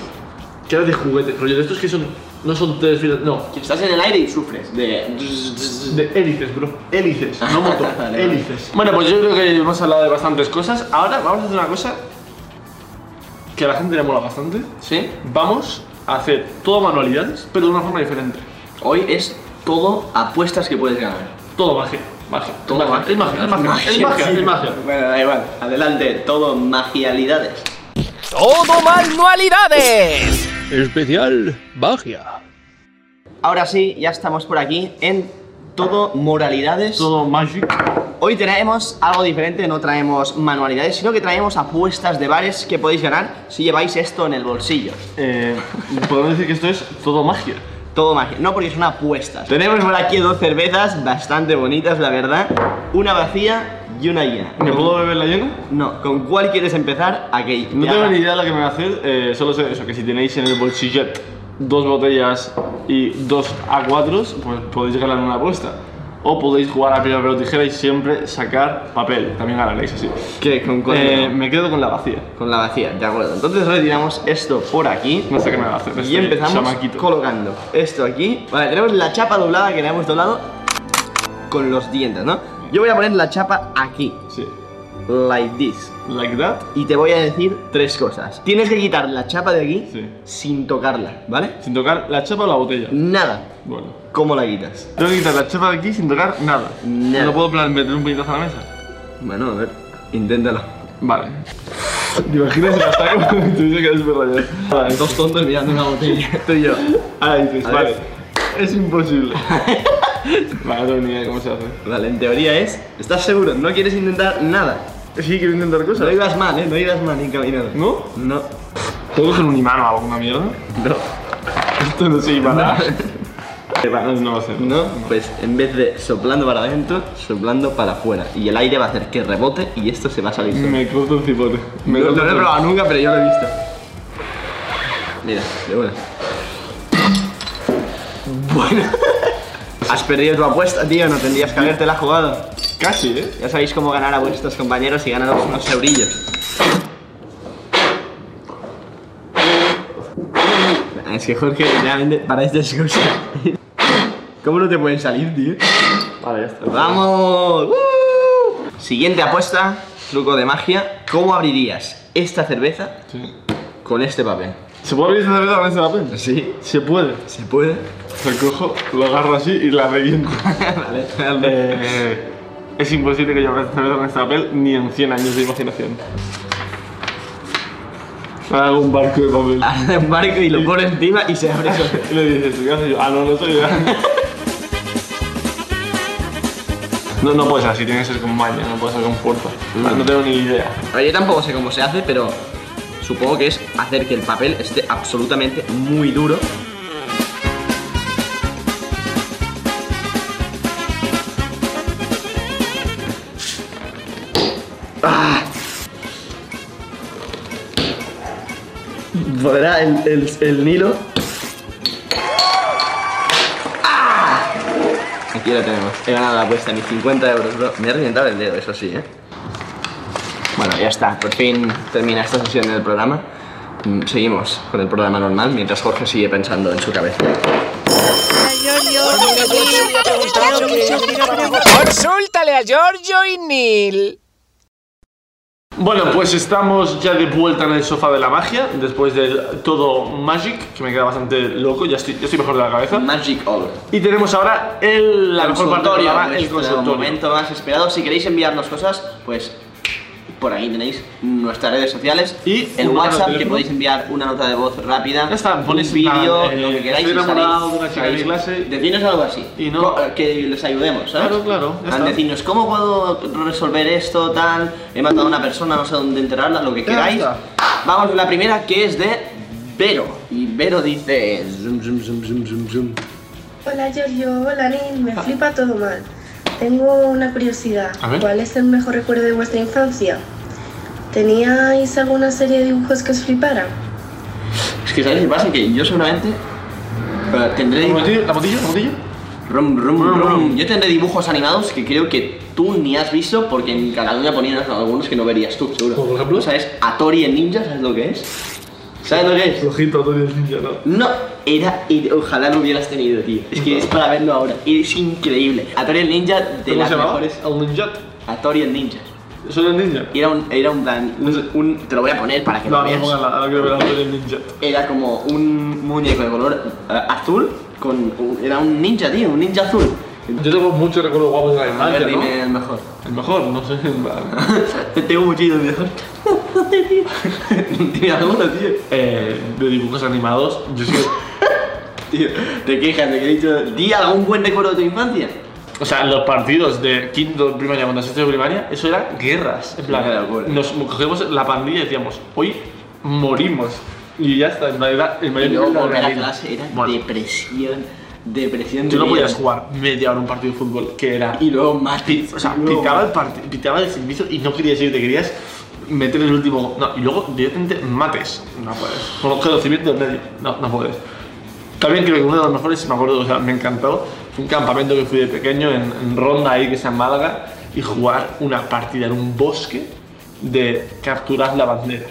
S3: que era de juguete, rollo de estos que son. No son tres filas, no.
S2: Que estás en el aire y sufres de...
S3: De hélices, bro. Hélices, no motor.
S2: Vale,
S3: hélices. Bueno, pues yo creo que hemos hablado de bastantes cosas. Ahora vamos a hacer una cosa que a la gente le mola bastante.
S2: ¿Sí?
S3: Vamos a hacer todo manualidades, pero de una forma diferente.
S2: Hoy es todo apuestas que puedes ganar.
S3: Todo magia. Magia.
S2: Todo
S3: Es magia. Es magia. Es magia. Es magia.
S2: Bueno, da igual. Adelante, todo magialidades.
S5: ¡Todo manualidades!
S6: Especial magia.
S2: Ahora sí, ya estamos por aquí en todo moralidades.
S3: Todo magic.
S2: Hoy traemos algo diferente, no traemos manualidades, sino que traemos apuestas de bares que podéis ganar si lleváis esto en el bolsillo.
S3: Eh, podemos decir que esto es todo magia.
S2: Todo magia. No, porque son apuestas. Tenemos por aquí dos cervezas bastante bonitas, la verdad. Una vacía y una llena.
S3: ¿Me puedo beber la llena?
S2: No, ¿con cuál quieres empezar? Aquí.
S3: No tengo ni idea de lo que me va a hacer, eh, solo sé eso, que si tenéis en el bolsillet dos botellas y dos A4, pues podéis ganar una apuesta. O podéis jugar a piedra, papel o tijera y siempre sacar papel, también ganaréis así.
S2: ¿Qué? ¿Con cuál?
S3: Eh,
S2: no?
S3: me quedo con la vacía.
S2: Con la vacía, de acuerdo. Entonces retiramos esto por aquí.
S3: No sé qué me va a hacer.
S2: Y
S3: estoy
S2: empezamos
S3: Este chamaquito.
S2: colocando esto aquí. Vale, tenemos la chapa doblada que la hemos doblado con los dientes, ¿no? Yo voy a poner la chapa aquí,
S3: Sí.
S2: like this.
S3: Like that.
S2: Y te voy a decir tres cosas. Tienes que quitar la chapa de aquí
S3: Sí.
S2: sin tocarla, ¿vale?
S3: Sin tocar la chapa o la botella.
S2: Nada.
S3: Bueno.
S2: ¿Cómo la quitas?
S3: Tengo que quitar la chapa de aquí sin tocar nada.
S2: Nada.
S3: No puedo en plan, meter un puñetazo a la mesa.
S2: Bueno, a ver, inténtalo.
S3: Vale. ¿Te imaginas si la saco? Tuviese que desperrayar. Vale,
S2: Dos tontos mirando una botella. Tú y yo.
S3: Ahora dices,
S2: A
S3: vale.
S2: ver.
S3: Es imposible. vale, no tengo ni idea de cómo se hace.
S2: Vale, en teoría es. ¿Estás seguro? No quieres intentar nada.
S3: Sí, quiero intentar
S2: No
S3: cosas.
S2: ibas mal, eh. No ibas mal encaminado.
S3: ¿No?
S2: No.
S3: ¿Tengo que coger un imán o alguna mierda?
S2: No.
S3: Esto no sé imanar. Eh, va, No, no lo sé.
S2: No, pues en vez de soplando para adentro, soplando para afuera. Y el aire va a hacer que rebote y esto se va a salir. solo.
S3: Me corto un cipote. Me
S2: No,
S3: corto un
S2: no lo he
S3: cipote.
S2: probado nunca, pero yo lo he visto. Mira, de buena. Bueno. Has perdido tu apuesta, tío. No tendrías que habértela jugado.
S3: Casi, eh.
S2: Ya sabéis cómo ganar a vuestros compañeros y ganaros unos eurillos. Es que Jorge, realmente, para esta excusa. ¿Cómo no te pueden salir, tío?
S3: Vale, ya está.
S2: ¡Vamos! ¡Woo! Siguiente apuesta, truco de magia. ¿Cómo abrirías esta cerveza
S3: Sí.
S2: con este papel.
S3: ¿Se puede abrir esta cerveza con ese papel?
S2: Sí,
S3: Se puede.
S2: se puede.
S3: Lo cojo, lo agarro así y la reviento.
S2: vale.
S3: Eh, es imposible que yo abra esta cerveza con este papel ni en 100 años de imaginación. Hago un barco de papel.
S2: Ahora un barco y lo pone encima y se abre solo.
S3: Y le dices, ¿qué haces? Yo, Ah, no, no soy yo. No, no puede ser así, tiene que ser con maña, no puede ser con fuerza. Ah, No tengo ni idea.
S2: A ver, yo tampoco sé cómo se hace, pero supongo que es hacer que el papel esté absolutamente muy duro. ¡Ah! Podrá el, el, el Nilo. ¡Ah! Aquí lo tenemos. He ganado la apuesta, ni 50 euros, bro. Me he reventado el dedo, eso sí, eh. Bueno, ya está, por fin termina esta sesión del programa. Mm, Seguimos con el programa normal mientras Jorge sigue pensando en su cabeza.
S5: Consúltale a Giorgio y Neil.
S3: Bueno, pues estamos ya de vuelta en el sofá de la magia, después del todo Magic, que me queda bastante loco, ya estoy, ya estoy mejor de la cabeza.
S2: Magic All.
S3: Y tenemos ahora el, la mejor parte del
S2: Consultorio,
S3: programa, el
S2: nuestro
S3: consultorio.
S2: momento más esperado. Si queréis enviarnos cosas, pues por ahí tenéis nuestras redes sociales
S3: Y
S2: el
S3: un número de
S2: WhatsApp que
S3: teléfono.
S2: podéis enviar una nota de voz rápida,
S3: Ya está,
S2: un
S3: ponéis
S2: vídeo,
S3: nada, eh,
S2: lo que queráis.
S3: estoy
S2: y salís-
S3: enamorado de una chica de mi
S2: salís.
S3: clase.
S2: Decidnos algo así.
S3: Y no-
S2: Co- que les ayudemos, ¿sabes?
S3: Claro, claro, ya
S2: Al
S3: está.
S2: Decidnos cómo puedo resolver esto, tal. He matado a una persona, no sé dónde enterrarla, lo que queráis.
S3: está.
S2: Vamos con la primera que es de Vero. Y Vero dice. "Zum, zum, zum, zum, zum, zum".
S7: Hola Giorgio, hola Nin, me flipa todo mal. Tengo una curiosidad.
S3: Ah. A ver.
S7: ¿Cuál es el mejor recuerdo de vuestra infancia? ¿Teníais alguna serie de dibujos que os flipara?
S2: Es que, ¿sabes qué pasa? Que yo seguramente eh, tendré.
S3: ¿La botella? ¿La botella? ¿La botella?
S2: Rum, rum,
S3: Rum,
S2: rum.
S3: rum.
S2: Yo tendré dibujos animados que creo que tú ni has visto porque en Cataluña ponían algunos que no verías tú, seguro.
S3: ¿Por ejemplo?
S2: ¿Sabes? Atori el ninja, ¿sabes lo que es? ¿Sabes lo que es?
S3: Flojito, todo el ninja, ¿no?
S2: No, era, era- Ojalá lo hubieras tenido, tío. Es que es para verlo ahora. Es increíble. Atori el ninja de
S3: ¿Cómo
S2: las
S3: se llamaba?
S2: mejores.
S3: ¿El ninja?
S2: Atori el ninja.
S3: ¿Soy el ninja?
S2: Era un. Era un, plan- un- un- Te lo voy a poner para que
S3: No,
S2: lo
S3: no,
S2: veas.
S3: póngala, ahora quiero ver a Antonio el ninja.
S2: era como un muñeco de color eh, azul con un- era un ninja tío un ninja azul
S3: Yo tengo muchos recuerdos guapos de la
S2: a ver
S3: infancia, ¿no?
S2: dime el mejor
S3: El mejor, no sé. el más-
S2: tengo muchísimo el mejor dime alguno tío
S3: Eh, de dibujos animados, yo sí.
S2: tío te quejas de que he dicho di algún buen recuerdo de tu infancia
S3: O sea, los partidos de quinto de primaria cuando sexto de primaria, eso eran guerras. En
S2: Una
S3: plan,
S2: locura.
S3: nos cogemos la pandilla y decíamos, hoy morimos. Y ya está, en realidad, el
S2: y
S3: mayor
S2: luego
S3: nivel de
S2: volver a
S3: adrenalina.
S2: clase era
S3: Bueno,
S2: depresión depresión de
S3: Tú no
S2: vida.
S3: podías jugar media hora un partido de fútbol, que era
S2: y luego más
S3: O sea, pitaba el, part- pitaba el servicio y no querías irte, querías meter el último gol. No, y luego directamente mates. No puedes. Con los conocimientos del medio. No, no puedes. También creo que uno de los mejores, me acuerdo, o sea, me encantó, fue un campamento que fui de pequeño en, en Ronda, ahí que está en Málaga, y jugar una partida en un bosque de capturar la bandera.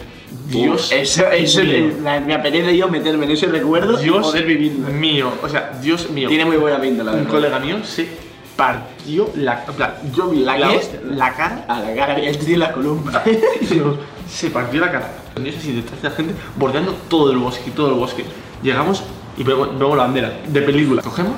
S3: Dios.
S2: eso, eso
S3: mío.
S2: me, me apetece yo meterme en ese recuerdo y
S3: Dios
S2: poder vivirlo eh.
S3: mío. O sea, Dios mío.
S2: tiene muy buena pinta la
S3: un
S2: verdad
S3: colega mío se partió la. en plan, yo vi
S2: ¿La
S3: la
S2: qué?
S3: hostia, la cara
S2: A la cara, él tiene la columna.
S3: Dios, se partió la cara. Dios, así detrás de la gente, bordeando todo el bosque, todo el bosque. Llegamos y vemos, vemos la bandera de película. Cogemos,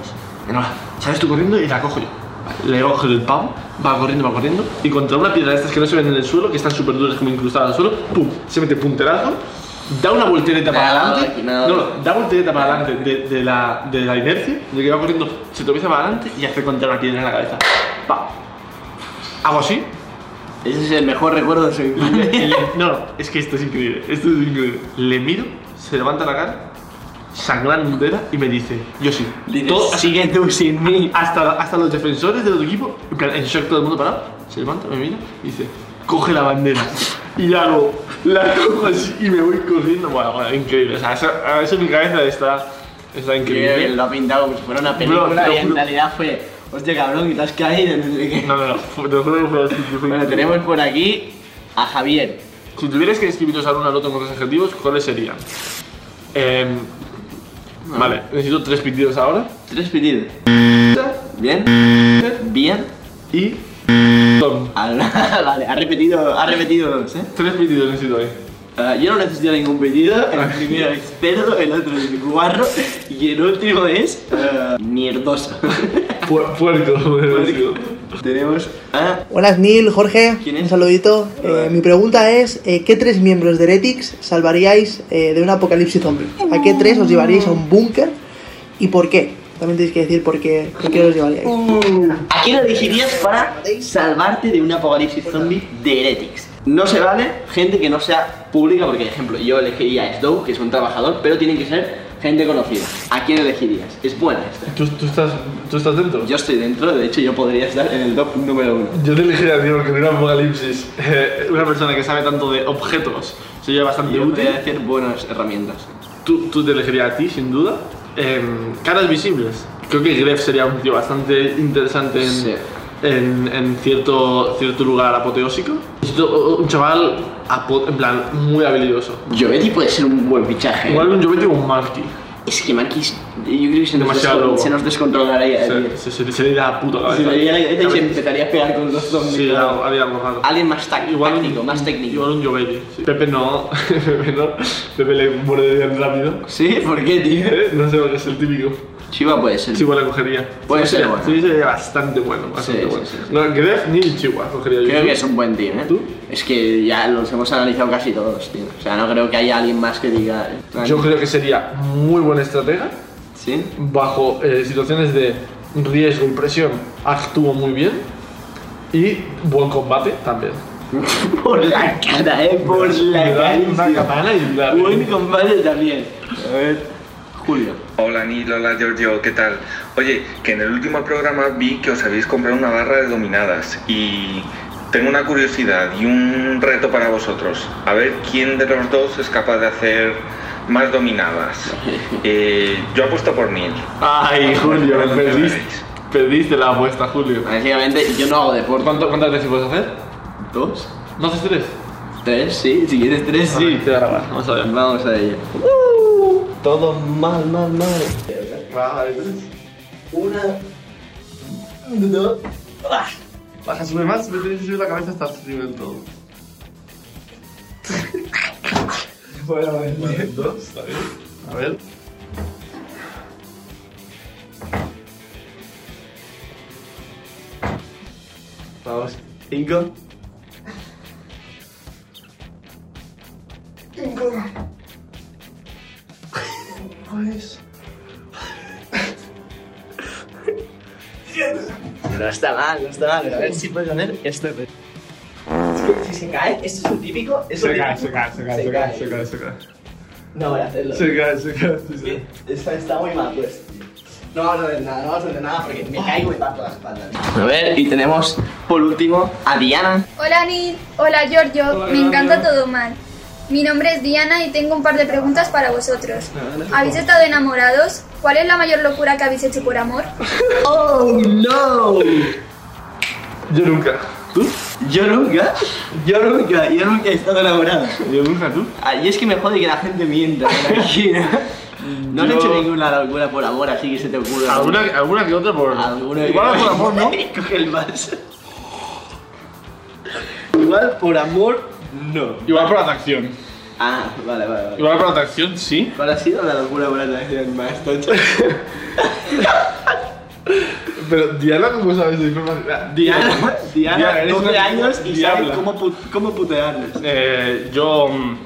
S3: y nada, sabes tú corriendo y la cojo yo. Vale, Le cojo el pavo, va corriendo, va corriendo, y contra una piedra de estas que no se ven en el suelo, que están súper duras como incrustadas al suelo, pum, se mete punterazo, da una voltereta para
S2: Nada,
S3: adelante,
S2: nada.
S3: no, no, da voltereta para adelante de, de la, de la inercia, de que va corriendo, se tropieza para adelante y hace contra una piedra en la cabeza. Pa. Hago así,
S2: Ese es el mejor recuerdo de su
S3: le-
S2: infancia.
S3: no, no, es que esto es increíble, esto es increíble. Le miro, se levanta la cara, sangrando entera y me dice, yo sí.
S2: Dices,
S3: Todo-
S2: sigue tú sin mí.
S3: hasta, hasta los defensores del otro equipo, en plan, en shock todo el mundo parado, se levanta, me mira y dice, coge la bandera. Y hago, la cojo así y me voy corriendo. Bueno, bueno, increíble. O sea, eso, eso en mi cabeza está, está
S2: Creo que
S3: increíble.
S2: lo ha pintado como si fuera una película
S3: Bro, te lo
S2: y en
S3: juro.
S2: realidad fue, hostia cabrón, que te has caído. no sé qué.
S3: No, no, no, fue- te lo juro que fue así, fue
S2: Bueno,
S3: increíble.
S2: tenemos por aquí a Javier.
S3: Si tuvieras que describiros a un Naruto con tres adjetivos, ¿cuáles serían? Em, Vale, necesito tres pitidos ahora.
S2: Tres pitidos. Bien. Bien.
S3: Y. Tom.
S2: Al- vale, ha repetido, ha repetido dos, ¿eh?
S3: Tres pitidos necesito ahí.
S8: Ah, yo no necesito ningún pedido. El
S3: Ah.
S8: primero es cerdo, el otro es guarro y el último es ah, mierdoso.
S3: Puer- puerco, puerco.
S8: Tenemos a
S2: Buenas, Neil, Jorge.
S8: ¿Quién es?
S2: Un saludito. Eh, mi pregunta es: eh, ¿qué tres miembros de Heretics salvaríais eh, de un apocalipsis zombie? ¿A qué tres os llevaríais a un búnker y por qué? También tenéis que decir por qué, por qué os llevaríais.
S8: Uh. ¿A quién elegirías para salvarte de un apocalipsis zombie de Heretics? No se vale gente que no sea pública, porque, por ejemplo, yo elegiría a Snow, que es un trabajador, pero tienen que ser gente conocida. ¿A quién elegirías? Es buena esta.
S3: ¿Tú, tú estás, ¿Tú estás dentro?
S8: Yo estoy dentro, de hecho, yo podría estar en el top número uno.
S3: Yo te elegiría, digo, que en un apocalipsis, eh, una persona que sabe tanto de objetos sería bastante
S8: Yo
S3: útil.
S8: podría decir buenas herramientas.
S3: Tú, tú te elegirías a ti, sin duda. Em, caras visibles. Creo que Gref sería un tío bastante interesante en,
S8: Sí.
S3: en, en cierto, cierto lugar apoteósico. Necesito un chaval, apo- en plan, muy habilidoso.
S8: Jovetti puede ser un buen fichaje. ¿eh?
S3: Igual un Jovetti o un Marky.
S8: Es que Marquis, yo creo que se nos,
S3: Demasiado
S8: descon-
S3: lobo.
S8: se nos descontrolaría. tío.
S3: Se, se, se, le iría a la puta
S8: Se
S3: cabeza.
S8: le iría la cabeza y se empezaría a pegar con los zombies.
S3: Sí, haría haría algo raro.
S8: Alguien más tac-
S3: Igual un-
S8: táctico, más técnico.
S3: Igual un Jovetti. sí. Pepe no. Pepe no. Pepe le morderían rápido.
S8: Sí, ¿por qué, tío?
S3: Eh, No sé, porque es el típico.
S8: Chiva puede ser.
S3: Chihuahua la cogería.
S8: Puede
S3: Sí,
S8: ser bueno.
S3: Sí, sería bastante bueno. Bastante
S8: Sí, sí,
S3: bueno.
S8: sí, sí.
S3: No, Gref ni Chihuahua cogería yo.
S8: Creo que es un buen team, ¿eh?
S3: ¿Tú?
S8: Es que ya los hemos analizado casi todos, tío. O sea, no creo que haya alguien más que diga. eh,
S3: Yo creo que sería muy buen estratega.
S8: ¿Sí?
S3: Bajo eh, situaciones de riesgo y presión, actúo muy bien. Y buen combate también.
S8: Por la cara, ¿eh? Por la
S3: Me da
S8: cara.
S3: una
S8: tío.
S3: katana y la-
S8: Buen combate también. A ver, Julio.
S4: Hola Nil, hola Giorgio, ¿qué tal? Oye, que en el último programa vi que os habéis comprado una barra de dominadas y tengo una curiosidad y un reto para vosotros. A ver quién de los dos es capaz de hacer más dominadas. Eh, yo apuesto por Nil.
S3: Ay, Julio,
S4: Ahora me
S3: perdiste,
S4: veréis.
S3: perdiste la apuesta, Julio.
S8: Básicamente, yo no hago deporte.
S9: ¿Cuánto- ¿Cuántas veces puedes hacer?
S8: ¿Dos?
S3: ¿No haces tres?
S8: ¿Tres? Sí, si quieres tres, sí.
S3: te voy a grabar. Vamos a ver.
S8: Vamos a ello.
S2: Todo mal, mal, mal. Una. Dos.
S1: Baja, Ah, sube más, me tienes que subir la cabeza hasta el frío del todo.
S2: Bueno,
S1: A ver.
S8: Vamos. Cinco. No está mal, no está mal. A ver si puedes hacer esto. Si se cae, esto es un típico. Es un típico. Se cae. No voy a hacerlo. Está, está muy mal pues. No vamos a hacer nada, no vamos a hacer nada porque me caigo y parto la espalda. A ver, y tenemos por último a Diana.
S7: Hola Nid, hola Giorgio, me encanta todo mal. Mi nombre es Diana y tengo un par de preguntas para vosotros. ¿Habéis estado enamorados? ¿Cuál es la mayor locura que habéis hecho por amor?
S8: ¡Oh, no!
S3: Yo nunca. ¿Tú?
S8: Yo nunca, yo nunca, yo nunca he estado enamorado.
S3: Yo nunca, ¿tú?
S8: Ah, Y es que me jode que la gente mienta. por aquí, ¿no? No le he
S3: Yo-
S8: hecho ninguna locura por amor, así que se te ocurra.
S3: ¿Alguna, alguna que otra por.
S2: Ah.
S8: Alguna
S3: Igual por amor, ¿no?
S8: Coge el vaso. Igual por amor, no.
S3: Igual por atracción.
S8: Ah, vale, vale, vale.
S3: Igual por atracción, sí.
S8: ¿Cuál ha sido la locura por atracción más tocha?
S3: Pero Diana, pues, ¿cómo sabes de información? Ah,
S8: Diana, Diana,
S3: eres
S8: 12
S3: una
S8: años y sabe
S3: diabla.
S8: cómo, put- cómo putearnos.
S3: Eh, yo. mm,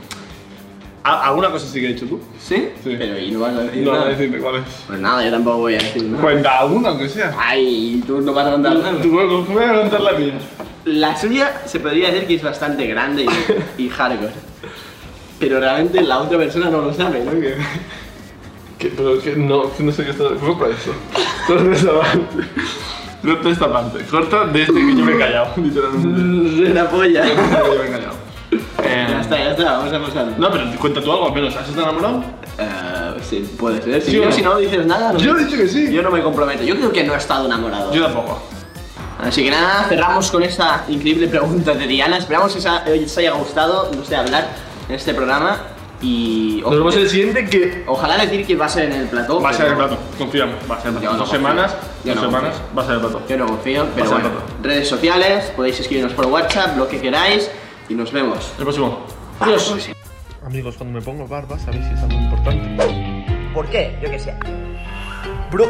S3: a- ¿Alguna cosa sí que he hecho tú?
S8: ¿Sí?
S3: Sí.
S8: Pero y no vas a decir
S3: No,
S8: nada.
S3: decime cuál es.
S8: Pues nada, yo tampoco voy a decir nada.
S3: Cuenta alguna, aunque sea.
S8: Ay, tú no vas a contar nada.
S3: Tú, bueno, ¿cómo voy a contar la mía?
S8: La suya se podría decir que es bastante grande y, y hardcore. Pero realmente la otra persona no lo sabe, ¿no? Que-
S3: Que- Pero que no, que no sé qué está. Corta eso. Corta esa parte. Corta esta parte. Corta desde que yo me he callado, literalmente.
S8: De la polla.
S3: Desde que yo me he callado. Eh,
S8: ya está, ya está, vamos a pasar.
S3: No, pero cuenta tú algo al menos. ¿Has estado enamorado?
S8: Eh, sí, puede ser. Si,
S3: ¿Sí o
S8: no,
S3: no?
S8: si no dices nada, no
S3: Yo he dicho que sí.
S8: Yo no me comprometo. Yo creo que no he estado enamorado.
S3: Yo tampoco.
S8: Así que nada, cerramos con esta increíble pregunta de Diana. Esperamos que esa- eh, os haya gustado, no sé, hablar en este programa. Y.
S3: Nos vemos en el siguiente que
S8: Ojalá decir que va a ser en el plató.
S3: Va a ser
S8: pero-
S3: el plato, confiamos. Va a ser el
S8: Yo
S3: plato.
S8: no
S3: Dos
S8: confío.
S3: semanas,
S8: Yo
S3: dos
S8: no
S3: semanas, va a ser el plato.
S8: Yo no confío, pero
S3: Pasa el
S8: bueno. Redes sociales, podéis escribirnos por WhatsApp, lo que queráis. Y nos vemos. Ah, pues
S3: El próximo.
S8: Adiós.
S3: Amigos, cuando me pongo barba, sabéis si es algo importante.
S10: ¿Por qué? Yo qué sé. Bro.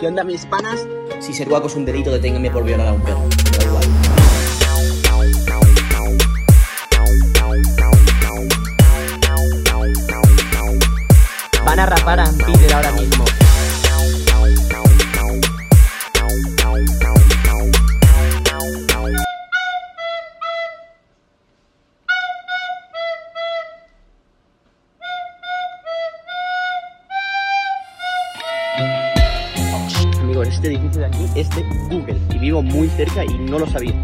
S8: ¿Qué onda, mis panas? Si ser guaco es un delito, deténganme por violar a un perro. Me da igual.
S11: Van a rapar a Peter ahora mismo.
S8: Amigos, este edificio de aquí es de Google y vivo muy cerca y no lo sabía.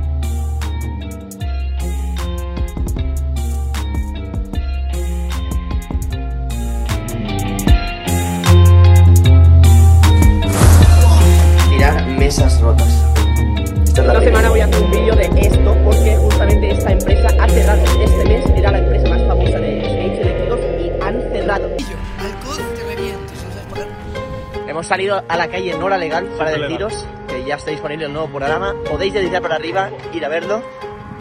S8: Tirar mesas rotas. Esta es la
S12: Esta
S8: primera.
S12: semana voy a hacer un vídeo de esto porque justamente esta empresa ha cerrado. Este mes era la empresa más famosa de skates eléctricos y han cerrado.
S8: Hemos salido a la calle Nora Legal para deciros que ya está disponible el nuevo programa. Podéis deslizar para arriba, ir a verlo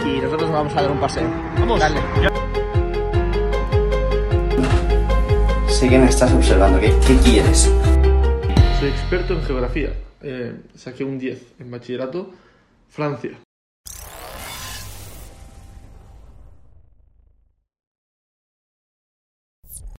S8: y nosotros nos vamos a dar un paseo. Vamos.
S10: Sé que me estás observando. ¿Qué, qué quieres?
S3: Soy experto en geografía. Eh, saqué un 10 en bachillerato. Francia.